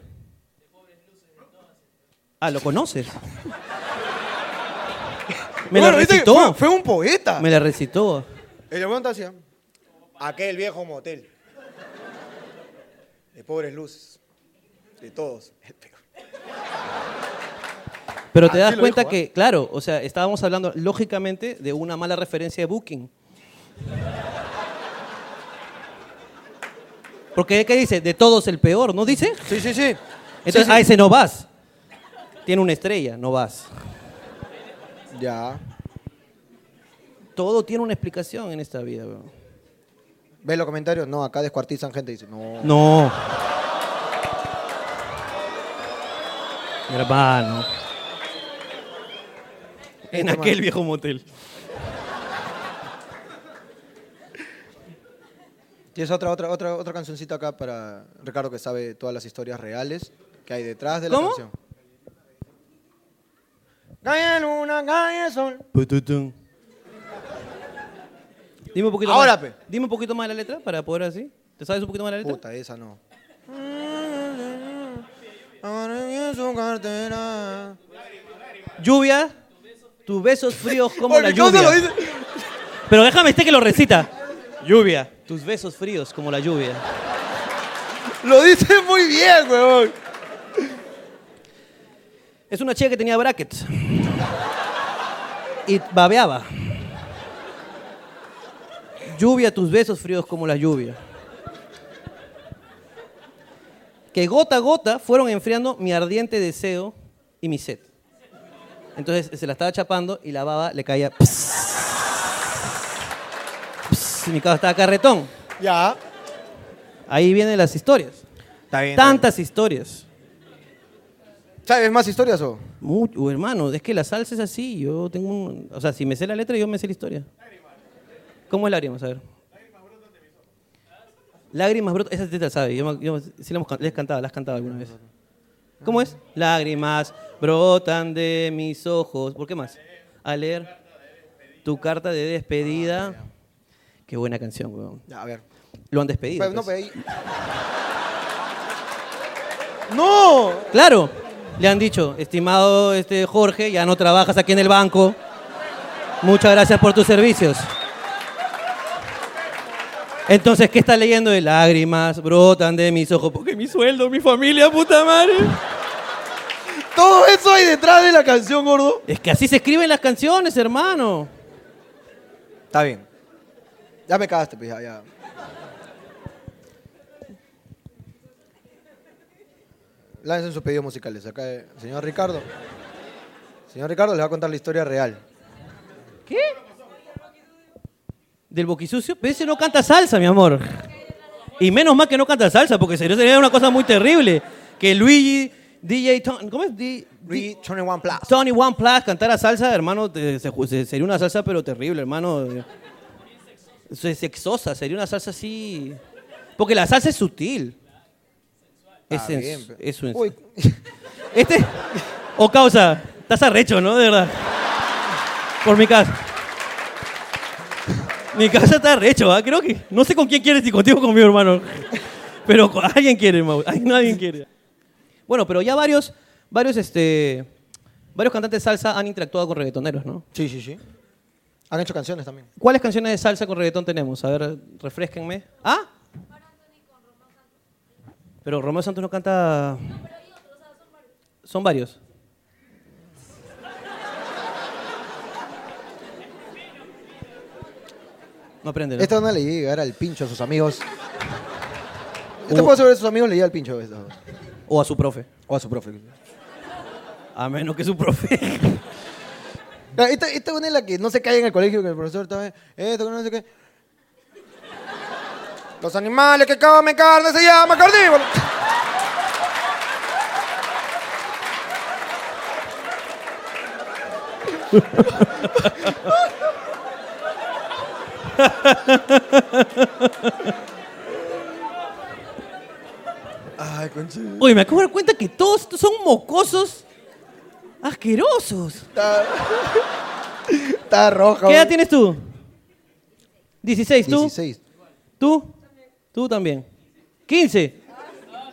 Speaker 2: Ah, ¿lo conoces? Me la
Speaker 4: Bueno, viste que
Speaker 2: recitó.
Speaker 4: Fue, fue un poeta.
Speaker 2: Me la recitó.
Speaker 4: El hermano te hacía.
Speaker 6: Aquel viejo motel. De pobres luces. De todos. El peor.
Speaker 2: Pero te
Speaker 4: Así
Speaker 2: das
Speaker 4: lo
Speaker 2: cuenta
Speaker 4: dijo, ¿eh?
Speaker 2: que, claro, o sea, estábamos hablando lógicamente de una mala referencia de Booking. Porque, ¿qué dice? De todos el peor, ¿no dice?
Speaker 4: Sí, sí, sí.
Speaker 2: Entonces, a ese no vas. Tiene una estrella, no vas.
Speaker 4: Ya.
Speaker 2: Todo tiene una explicación en esta vida. weón.
Speaker 4: ¿Ves los comentarios? No, acá descuartizan gente. Dice, no.
Speaker 2: No. Hermano. En
Speaker 4: Hermano.
Speaker 2: aquel viejo motel.
Speaker 4: Tienes otra, otra, otra, otra cancioncita acá para Ricardo que sabe todas las historias reales que hay detrás de la
Speaker 2: ¿Cómo?
Speaker 4: canción. Calle luna, calle sol.
Speaker 2: Pututun. Dime un poquito
Speaker 4: Ahora,
Speaker 2: más.
Speaker 4: pe.
Speaker 2: Dime un poquito más de la letra para poder así. ¿Te sabes un poquito más de la letra?
Speaker 4: Puta, esa no. Amaneció en su cartera.
Speaker 2: Lluvia. Tus besos fríos como
Speaker 4: Oye,
Speaker 2: la
Speaker 4: ¿cómo se
Speaker 2: lluvia.
Speaker 4: lo dice?
Speaker 2: Pero déjame este que lo recita. Lluvia. Tus besos fríos como la lluvia.
Speaker 4: Lo dice muy bien, weón.
Speaker 2: Es una chica que tenía brackets. Y babeaba. Lluvia, tus besos fríos como la lluvia. Que gota a gota fueron enfriando mi ardiente deseo y mi sed. Entonces se la estaba chapando y la baba le caía. Y mi casa estaba carretón.
Speaker 4: Ya.
Speaker 2: Ahí vienen las historias.
Speaker 4: Está bien.
Speaker 2: Tantas historias.
Speaker 4: ¿Sabes más historias o?
Speaker 2: Mucho, oh, hermano, es que la salsa es así. Yo tengo un. O sea, si me sé la letra, yo me sé la historia. ¿Cómo es lágrimas? A ver. Lágrimas brotan Esa sí te la sabe. Yo, me- yo sí la hemos can- la he cantado, la has cantado alguna vez. ¿Cómo es? Lágrimas brotan de mis ojos. ¿Por qué más? A leer tu carta de despedida. Qué buena canción, weón.
Speaker 4: Ya, a ver.
Speaker 2: Lo han despedido.
Speaker 4: Pero no,
Speaker 2: pues.
Speaker 4: pero ahí- ¡No!
Speaker 2: Claro, le han dicho, estimado este Jorge, ya no trabajas aquí en el banco. Muchas gracias por tus servicios. Entonces, ¿qué está leyendo? De lágrimas brotan de mis ojos. Porque mi sueldo, mi familia, puta madre.
Speaker 4: Todo eso hay detrás de la canción, gordo.
Speaker 2: Es que así se escriben las canciones, hermano.
Speaker 4: Está bien. Ya me cagaste, pues ya, ya. Lancen sus pedidos musicales. Acá, eh, señor Ricardo. Señor Ricardo les va a contar la historia real.
Speaker 2: ¿Qué? ¿Del boquisucio? Pero ese no canta salsa, mi amor. Y menos mal que no canta salsa, porque serio sería una cosa muy terrible. Que Luigi, DJ, Ton- ¿cómo es? D-
Speaker 3: Luigi, Tony One Plus.
Speaker 2: Tony One Plus cantara salsa, hermano, te- se ju- se- sería una salsa pero terrible, hermano. Se- sexosa, sería una salsa así. Porque la salsa es sutil. Es,
Speaker 1: Ah,
Speaker 2: sens-
Speaker 1: bien, pe-
Speaker 2: es un-
Speaker 1: Uy,
Speaker 2: Este. O causa, estás arrecho, ¿no? De verdad. Por mi casa. Mi casa está arrecho, ¿ah? Creo que. No sé con quién quieres, si contigo o con mi hermano. Pero con alguien quiere, Mau. Ay, nadie quiere. Bueno, pero ya varios. Varios, este. Varios cantantes de salsa han interactuado con reggaetoneros, ¿no?
Speaker 1: Sí, sí, sí. Han hecho canciones también.
Speaker 2: ¿Cuáles canciones de salsa con reggaetón tenemos? A ver, refresquenme. ¿Ah? Pero Romeo Santos no canta. Son varios. No aprende. ¿no?
Speaker 1: Esta onda le llegar al pincho a sus amigos. Yo te puedo asegurar que sus amigos le llega al pincho a veces.
Speaker 2: Uh. O a su profe.
Speaker 1: O a su profe.
Speaker 2: A menos que su profe.
Speaker 1: Ah, Esta, esta una es la que no se cae en el colegio, que el profesor también. eh. Esto que no sé qué.
Speaker 3: Los animales que comen carne se llaman carnívoros. Ay, concha.
Speaker 2: Oye, me acabo de dar cuenta que todos estos son mocosos asquerosos.
Speaker 1: Está, está roja.
Speaker 2: ¿Qué edad
Speaker 1: güey.
Speaker 2: tienes tú? 16, ¿tú?
Speaker 1: 16.
Speaker 2: ¿Tú? Tú también. 15.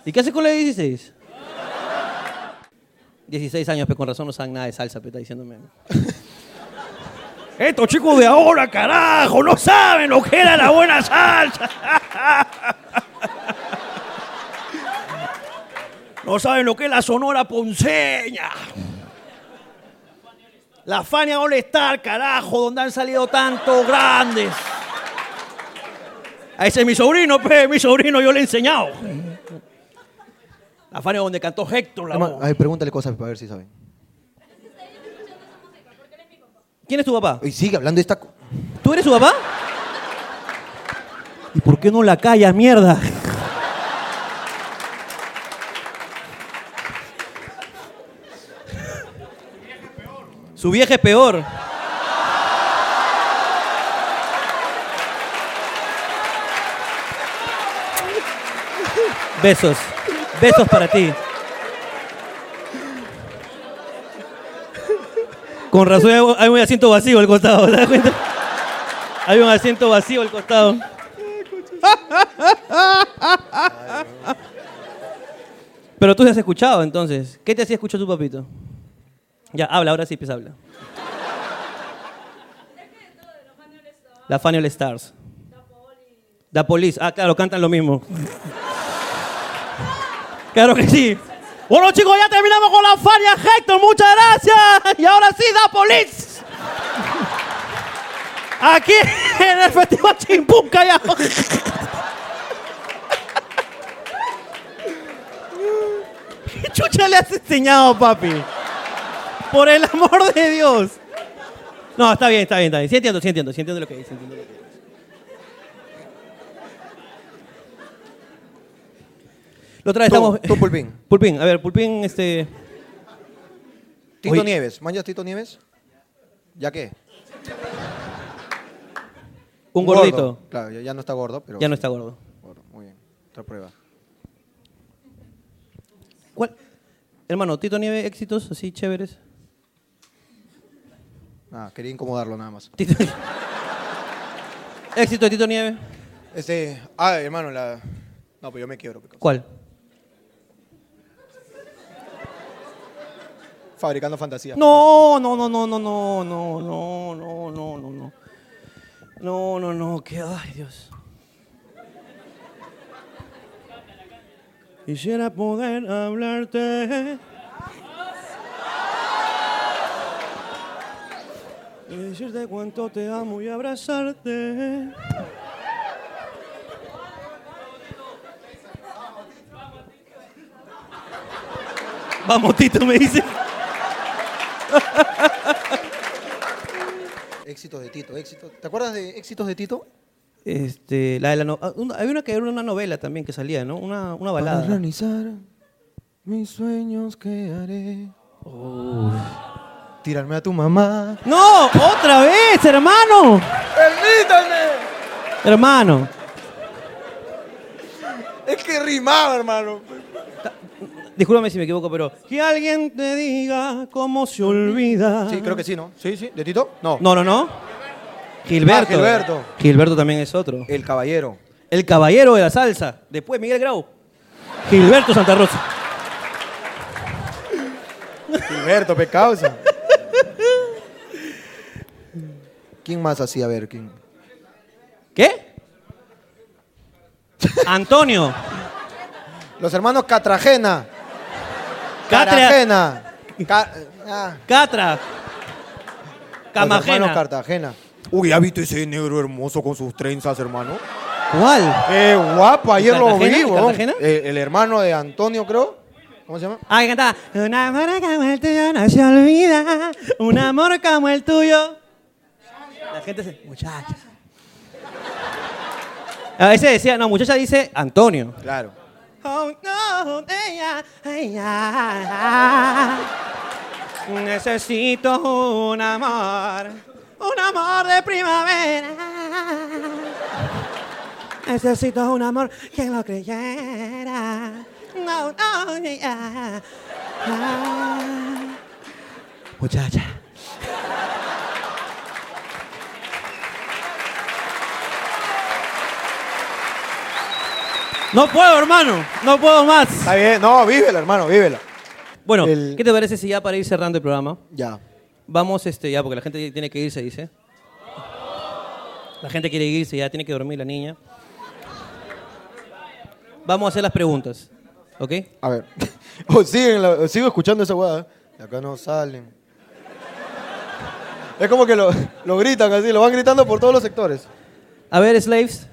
Speaker 2: ¿Y qué haces con la de 16? 16 años, pero con razón no saben nada de salsa, pero está diciéndome. Estos chicos de ahora, carajo, no saben lo que era la buena salsa. No saben lo que es la sonora ponceña. La Fania All Star, carajo, donde han salido tantos grandes. A ese es mi sobrino, pe, mi sobrino, yo le he enseñado. La Fania donde cantó Héctor. La
Speaker 1: Hermano,
Speaker 2: voz.
Speaker 1: a ver, pregúntale cosas para ver si saben.
Speaker 2: ¿Quién es tu papá?
Speaker 1: Y sigue hablando de esta. co-
Speaker 2: ¿Tú eres su papá? ¿Y por qué no la callas, mierda? Su vieja es peor. Besos. Besos para ti. Con razón hay- hay un asiento vacío al costado, ¿te das cuenta? Hay un asiento vacío al costado. Pero tú te has escuchado entonces. ¿Qué te hacía escuchar tu papito? Ya, habla, ahora sí, pues habla. La Fanny All Stars. Da Police. Ah, claro, cantan lo mismo. claro que sí. Bueno, chicos, ya terminamos con la Fania Hector. Muchas gracias. Y ahora sí, Da Police aquí en el Festival Chimpún Callao. ¿Qué chucha le has enseñado, papi? Por el amor de Dios. No, está bien, está bien, está bien. Sí entiendo, sí entiendo, sí entiendo lo que dice. entiendo lo que dice. La otra vez
Speaker 1: Tú,
Speaker 2: estamos...
Speaker 1: tú, Pulpín.
Speaker 2: Pulpín, a ver, Pulpín, este...
Speaker 1: Tito
Speaker 2: Oye.
Speaker 1: Nieves. ¿Manchas Tito Nieves? ¿Ya qué?
Speaker 2: Un
Speaker 1: Gordo.
Speaker 2: gordito.
Speaker 1: Claro, ya, ya no está gordo, pero.
Speaker 2: Ya no
Speaker 1: sí,
Speaker 2: está gordo.
Speaker 1: gordo. Muy bien. Otra prueba.
Speaker 2: ¿Cuál? Hermano, Tito Nieve, éxitos así chéveres.
Speaker 1: Ah, quería incomodarlo nada más.
Speaker 2: Tito... Éxito de Tito Nieve.
Speaker 3: Este, ah, hermano, la. No, pues yo me quiebro. pico.
Speaker 2: ¿Cuál?
Speaker 3: Fabricando fantasía.
Speaker 2: No, no, no, no, no, no, no, no, no, no, no, no. No, no, no, que ay, Dios. Quisiera poder hablarte. Y decirte cuánto te amo y abrazarte. Vamos, Tito, me dice.
Speaker 1: Éxitos de Tito, éxitos. ¿Te acuerdas de éxitos de Tito?
Speaker 2: Este, la de la no- ah, una- había una que era una novela también que salía, ¿no? Una, una balada.
Speaker 4: Para realizar mis sueños que haré. Tirarme a tu mamá.
Speaker 2: ¡No! ¡Otra vez, hermano!
Speaker 7: ¡Permítame!
Speaker 2: Hermano.
Speaker 7: Es que rimaba, hermano.
Speaker 2: Discúlpame si me equivoco, pero. Que alguien te diga cómo se olvida.
Speaker 4: Sí, creo que sí, ¿no? Sí, sí. ¿De Tito? No.
Speaker 2: No, no, no. Gilberto.
Speaker 4: Ah, Gilberto.
Speaker 2: Gilberto también es otro.
Speaker 4: El caballero.
Speaker 2: El caballero de la salsa. Después Miguel Grau. Gilberto Santa Rosa.
Speaker 7: Gilberto, pe causa.
Speaker 4: ¿Quién más hacía? A ver, ¿quién?
Speaker 2: ¿Qué? Antonio.
Speaker 4: Los hermanos Catrajena.
Speaker 2: Catra.
Speaker 4: Cartagena. Ca- ah,
Speaker 2: Catra.
Speaker 4: Los hermanos
Speaker 2: Camajena.
Speaker 4: Cartagena. Uy, ¿ha visto ese negro hermoso con sus trenzas, hermano?
Speaker 2: ¿Cuál?
Speaker 4: ¡Qué guapo! Ayer lo
Speaker 2: Cartagena?
Speaker 4: vi,
Speaker 2: ¿De
Speaker 4: weón.
Speaker 2: Cartagena?
Speaker 4: Eh, El, hermano de Antonio, creo. ¿Cómo se llama?
Speaker 2: Ah, que cantaba. Un amor como el tuyo no se olvida. Un amor como el tuyo. La gente se. Muchacha. A veces decía, no, muchacha dice Antonio.
Speaker 4: Claro.
Speaker 2: Oh, no, ella, ella. Necesito un amor, un amor de primavera. Necesito un amor que lo creyera. No, no, ella. Ah. Muchacha. No puedo, hermano. No puedo más.
Speaker 4: Está bien. No, vívela, hermano, vívela.
Speaker 2: Bueno,
Speaker 4: El-
Speaker 2: ¿qué te parece si ya para ir cerrando el programa?
Speaker 4: Ya.
Speaker 2: Vamos, este, ya, porque la gente tiene que irse, dice. La gente quiere irse, ya tiene que dormir la niña. Vamos a hacer las preguntas, ¿ok?
Speaker 4: A ver. O siguen Oh, la- o sigo escuchando esa guada. De acá no salen. Es como que lo, lo gritan así, lo van gritando por todos los sectores.
Speaker 2: A ver, slaves.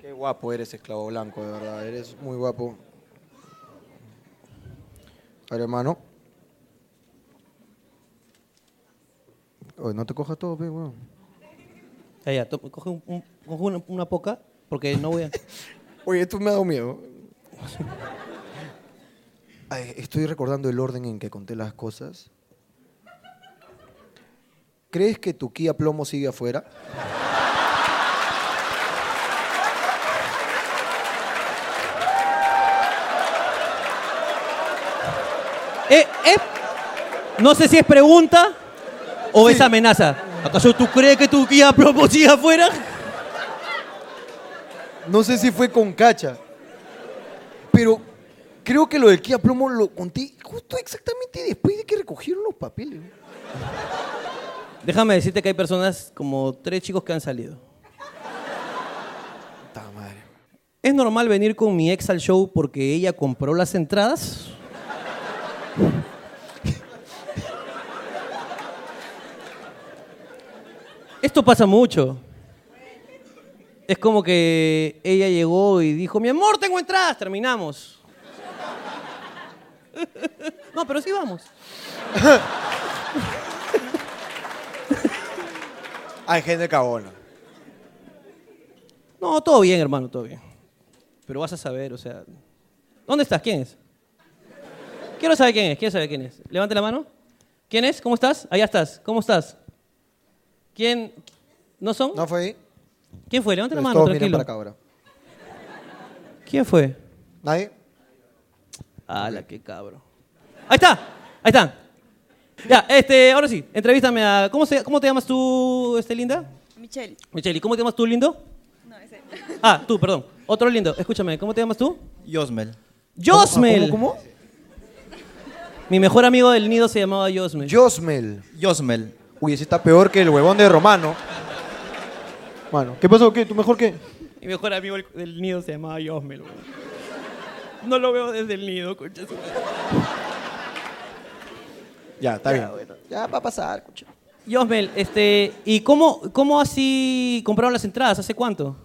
Speaker 4: Qué guapo eres, esclavo blanco, de verdad. Eres muy guapo. A ver, hermano. Oye, no te cojas todo, pe, weón.
Speaker 2: Ya, ya, to- coge, un- un- coge una, una poca, porque no voy a...
Speaker 4: Oye, esto me ha dado miedo. Ay, estoy recordando el orden en que conté las cosas. ¿Crees que tu Kia Plomo sigue afuera?
Speaker 2: Eh, eh, No sé si es pregunta o es
Speaker 4: Sí.
Speaker 2: amenaza. ¿Acaso tú crees que tu guía proposía afuera?
Speaker 4: No sé si fue con cacha. Pero creo que lo del Kia Plomo lo conté justo exactamente después de que recogieron los papeles.
Speaker 2: Déjame decirte que hay personas como tres chicos que han salido.
Speaker 4: Puta madre.
Speaker 2: ¿Es normal venir con mi ex al show porque ella compró las entradas? Esto pasa mucho. Es como que ella llegó y dijo, mi amor, tengo entradas, terminamos. No, pero sí vamos.
Speaker 7: Hay gente cabona.
Speaker 2: No, todo bien, hermano, todo bien. Pero vas a saber, o sea... ¿Dónde estás? ¿Quién es? Quiero saber quién es, quiero saber quién es. Levante la mano. ¿Quién es? ¿Cómo estás? Allá estás. ¿Cómo estás? ¿Quién? ¿No son?
Speaker 4: ¿No fue ahí?
Speaker 2: ¿Quién fue? Levante la
Speaker 4: Pues
Speaker 2: mano,
Speaker 4: todos miran
Speaker 2: tranquilo.
Speaker 4: para acá ahora.
Speaker 2: ¿Quién fue?
Speaker 4: ¿Nadie?
Speaker 2: ¡Hala, qué cabro! ¡Ahí está! ¡Ahí está! Ya, este, ahora sí, entrevístame a... ¿Cómo, se- cómo te llamas tú, este, linda?
Speaker 8: Michelle,
Speaker 2: Michelle, ¿y cómo te llamas tú, lindo?
Speaker 8: no, es él.
Speaker 2: Ah, tú, perdón. Otro lindo. Escúchame, ¿cómo te llamas tú?
Speaker 9: Yosmel.
Speaker 2: ¡Josmel!
Speaker 4: ¿Cómo? cómo?
Speaker 2: Mi mejor amigo del nido se llamaba Josmel.
Speaker 4: Josmel.
Speaker 9: Yosmel.
Speaker 4: Uy, ese está peor que el huevón de Romano. Bueno, ¿qué pasó? ¿Qué? ¿Tú mejor qué?
Speaker 2: Mi mejor amigo del- del nido se llamaba Josmel, weón. No lo veo desde el nido, concha. su-
Speaker 4: Ya, está bien. Ya va a pasar, cucho.
Speaker 2: Josmel, este, ¿y cómo, cómo así compraron las entradas? ¿Hace cuánto?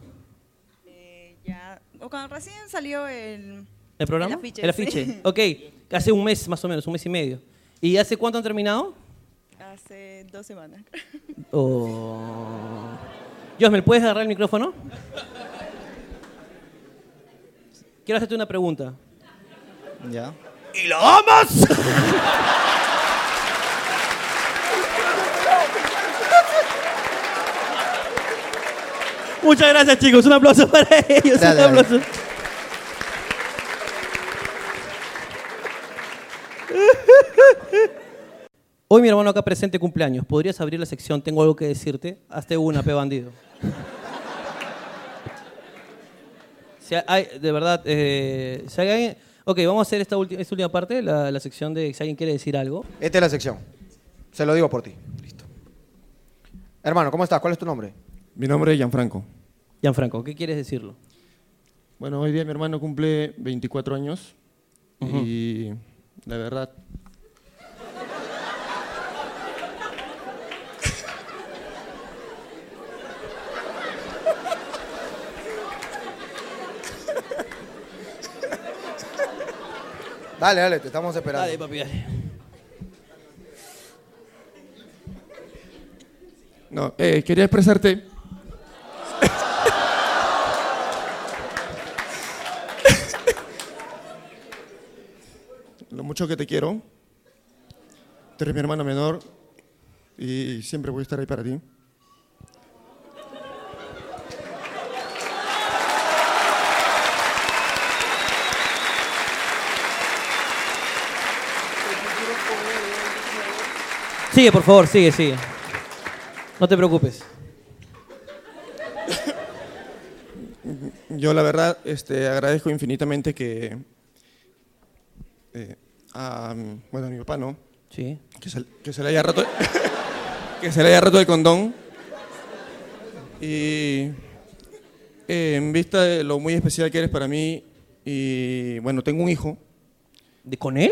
Speaker 8: Eh, ya, o cuando recién salió el...
Speaker 2: ¿El programa?
Speaker 8: El afiche,
Speaker 2: El afiche.
Speaker 8: sí.
Speaker 2: Ok, hace un mes más o menos, un mes y medio. ¿Y hace cuánto han terminado?
Speaker 8: Hace dos semanas.
Speaker 2: Oh. Josmel, ¿puedes agarrar el micrófono? Quiero hacerte una pregunta.
Speaker 4: Ya.
Speaker 2: ¡Y lo vamos! Muchas gracias, chicos. Un aplauso para ellos.
Speaker 4: Dale,
Speaker 2: un
Speaker 4: dale.
Speaker 2: aplauso. Hoy mi hermano acá presente cumpleaños. ¿Podrías abrir la sección? Tengo algo que decirte. Hazte una, pe bandido. Si hay- de verdad, eh, si hay alguien- Ok, vamos a hacer esta, ulti- esta última parte, la, la sección de si alguien quiere decir algo.
Speaker 1: Esta es la sección. Se lo digo por ti. Listo. Hermano, ¿cómo estás? ¿Cuál es tu nombre?
Speaker 10: Mi nombre es Gianfranco.
Speaker 2: Gianfranco, ¿qué quieres decirlo?
Speaker 10: Bueno, hoy día mi hermano cumple 24 años y la verdad...
Speaker 1: Dale, dale, te estamos esperando.
Speaker 2: Dale, papi, dale.
Speaker 10: No, eh, quería expresarte... Lo mucho que te quiero. Tú eres mi hermano menor y siempre voy a estar ahí para ti.
Speaker 2: Sigue, por favor, sigue, sigue. No te preocupes.
Speaker 10: Yo la verdad este, agradezco infinitamente que eh, a, mm, bueno, a mi papá no,
Speaker 2: Sí.
Speaker 10: que se, que se le haya roto que se le haya roto el condón y eh, en vista de lo muy especial que eres para mí y bueno, tengo un hijo,
Speaker 2: ¿De- ¿Con él?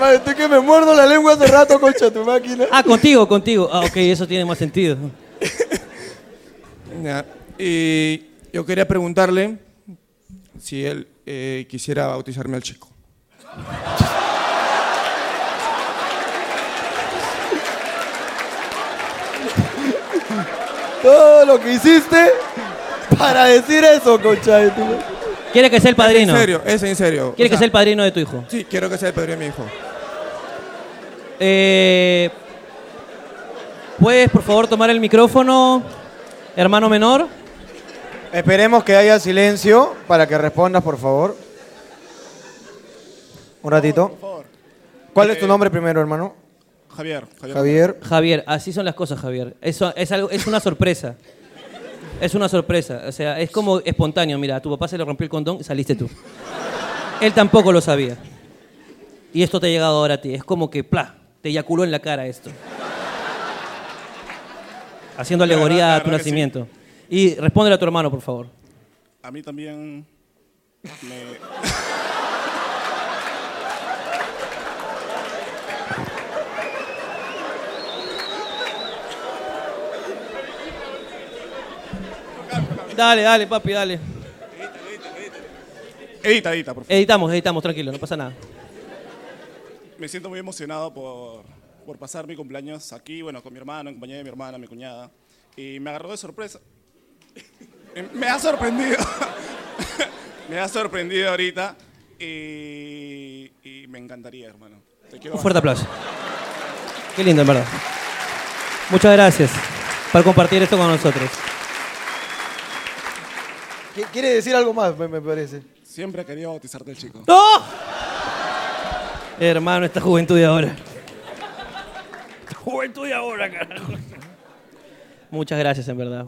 Speaker 1: Madre, estoy que me muerdo la lengua hace rato, concha tu máquina.
Speaker 2: Ah, contigo, contigo. Ah, ok, eso tiene más sentido.
Speaker 10: ya, y yo quería preguntarle si él eh, quisiera bautizarme al chico.
Speaker 1: Todo lo que hiciste para decir eso, concha de tu ma-
Speaker 2: ¿Quiere que sea el
Speaker 10: Es en
Speaker 2: padrino?
Speaker 10: serio, es en serio.
Speaker 2: ¿Quiere que
Speaker 10: O sea,
Speaker 2: sea el padrino de tu hijo?
Speaker 10: Sí, quiero que sea el padrino de mi hijo.
Speaker 2: Eh, ¿Puedes, por favor, tomar el micrófono, hermano menor?
Speaker 1: Esperemos que haya silencio para que respondas, por favor. Un ratito. ¿Cuál es tu nombre primero, hermano?
Speaker 3: Javier, Javier.
Speaker 1: Javier.
Speaker 2: Javier, así son las cosas, Javier. Eso es algo, es una sorpresa. Es una sorpresa. O sea, es como espontáneo. Mira, a tu papá se le rompió el condón y saliste tú. Él tampoco lo sabía. Y esto te ha llegado ahora a ti. Es como que, pla, te eyaculó en la cara esto. Haciendo
Speaker 3: La verdad-
Speaker 2: alegoría
Speaker 3: la
Speaker 2: a tu
Speaker 3: verdad que sí.
Speaker 2: nacimiento. Y respóndele a tu hermano, por favor.
Speaker 3: A mí también me...
Speaker 2: Dale, dale, papi, dale.
Speaker 3: Edita, edita, por favor.
Speaker 2: Editamos, editamos, tranquilo, no pasa nada.
Speaker 3: Me siento muy emocionado por, por pasar mi cumpleaños aquí, bueno, con mi hermano, en compañía de mi hermana, mi cuñada. Y me agarró de sorpresa. Eh, me ha sorprendido. me ha sorprendido ahorita. Y, y me encantaría, hermano. Te quiero
Speaker 2: Un fuerte aplauso. Qué lindo, en verdad. Muchas gracias por compartir esto con nosotros.
Speaker 1: Qui- Quiere decir algo más, me, me parece.
Speaker 3: bastante. Siempre he querido bautizarte el chico.
Speaker 2: ¡No! Hermano, esta juventud de ahora. Esta juventud de ahora, carajo. Muchas gracias, en verdad.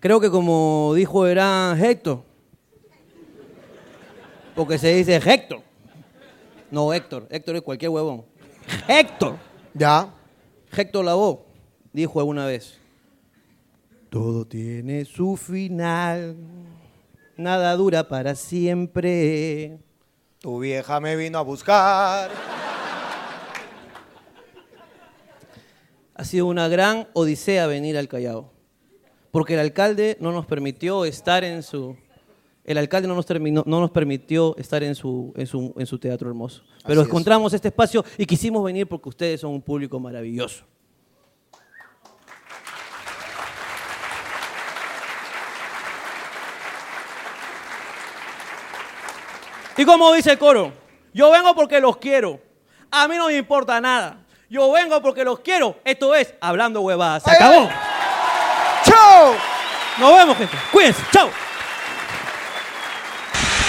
Speaker 2: Creo que como dijo era Héctor. Porque se dice Héctor. No, Héctor. Héctor es cualquier huevón. Héctor.
Speaker 1: Ya.
Speaker 2: Héctor Lavoe dijo alguna vez, todo tiene su final, nada dura para siempre.
Speaker 1: Tu vieja me vino a buscar.
Speaker 2: Ha sido una gran odisea venir al Callao, porque el alcalde no nos permitió estar en su, el alcalde no nos, terminó, no nos permitió estar en su, en, su, en su teatro hermoso. Pero
Speaker 1: Así es.
Speaker 2: encontramos este espacio y quisimos venir porque ustedes son un público maravilloso. Y como dice el coro, yo vengo porque los quiero. A mí no me importa nada. Yo vengo porque los quiero. Esto es Hablando Huevadas. Se
Speaker 1: Ay,
Speaker 2: acabó.
Speaker 1: ¡Chao!
Speaker 2: Nos vemos, gente. Cuídense. Chao.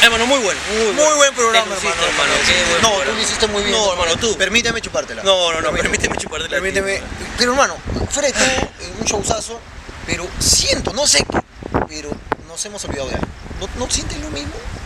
Speaker 4: Hermano, muy bueno. Muy,
Speaker 11: buen programa,
Speaker 4: Te luciste,
Speaker 11: hermano,
Speaker 4: qué buen
Speaker 11: No,
Speaker 4: programa.
Speaker 11: tú lo hiciste muy bien.
Speaker 4: No, hermano, tú.
Speaker 11: Permíteme chupártela.
Speaker 4: No, no, no, permíteme chuparte la
Speaker 11: Permíteme. Pero hermano, fuera de todo, eh, un showzazo, pero siento, no sé, pero nos hemos olvidado de algo. ¿No, no sientes lo mismo?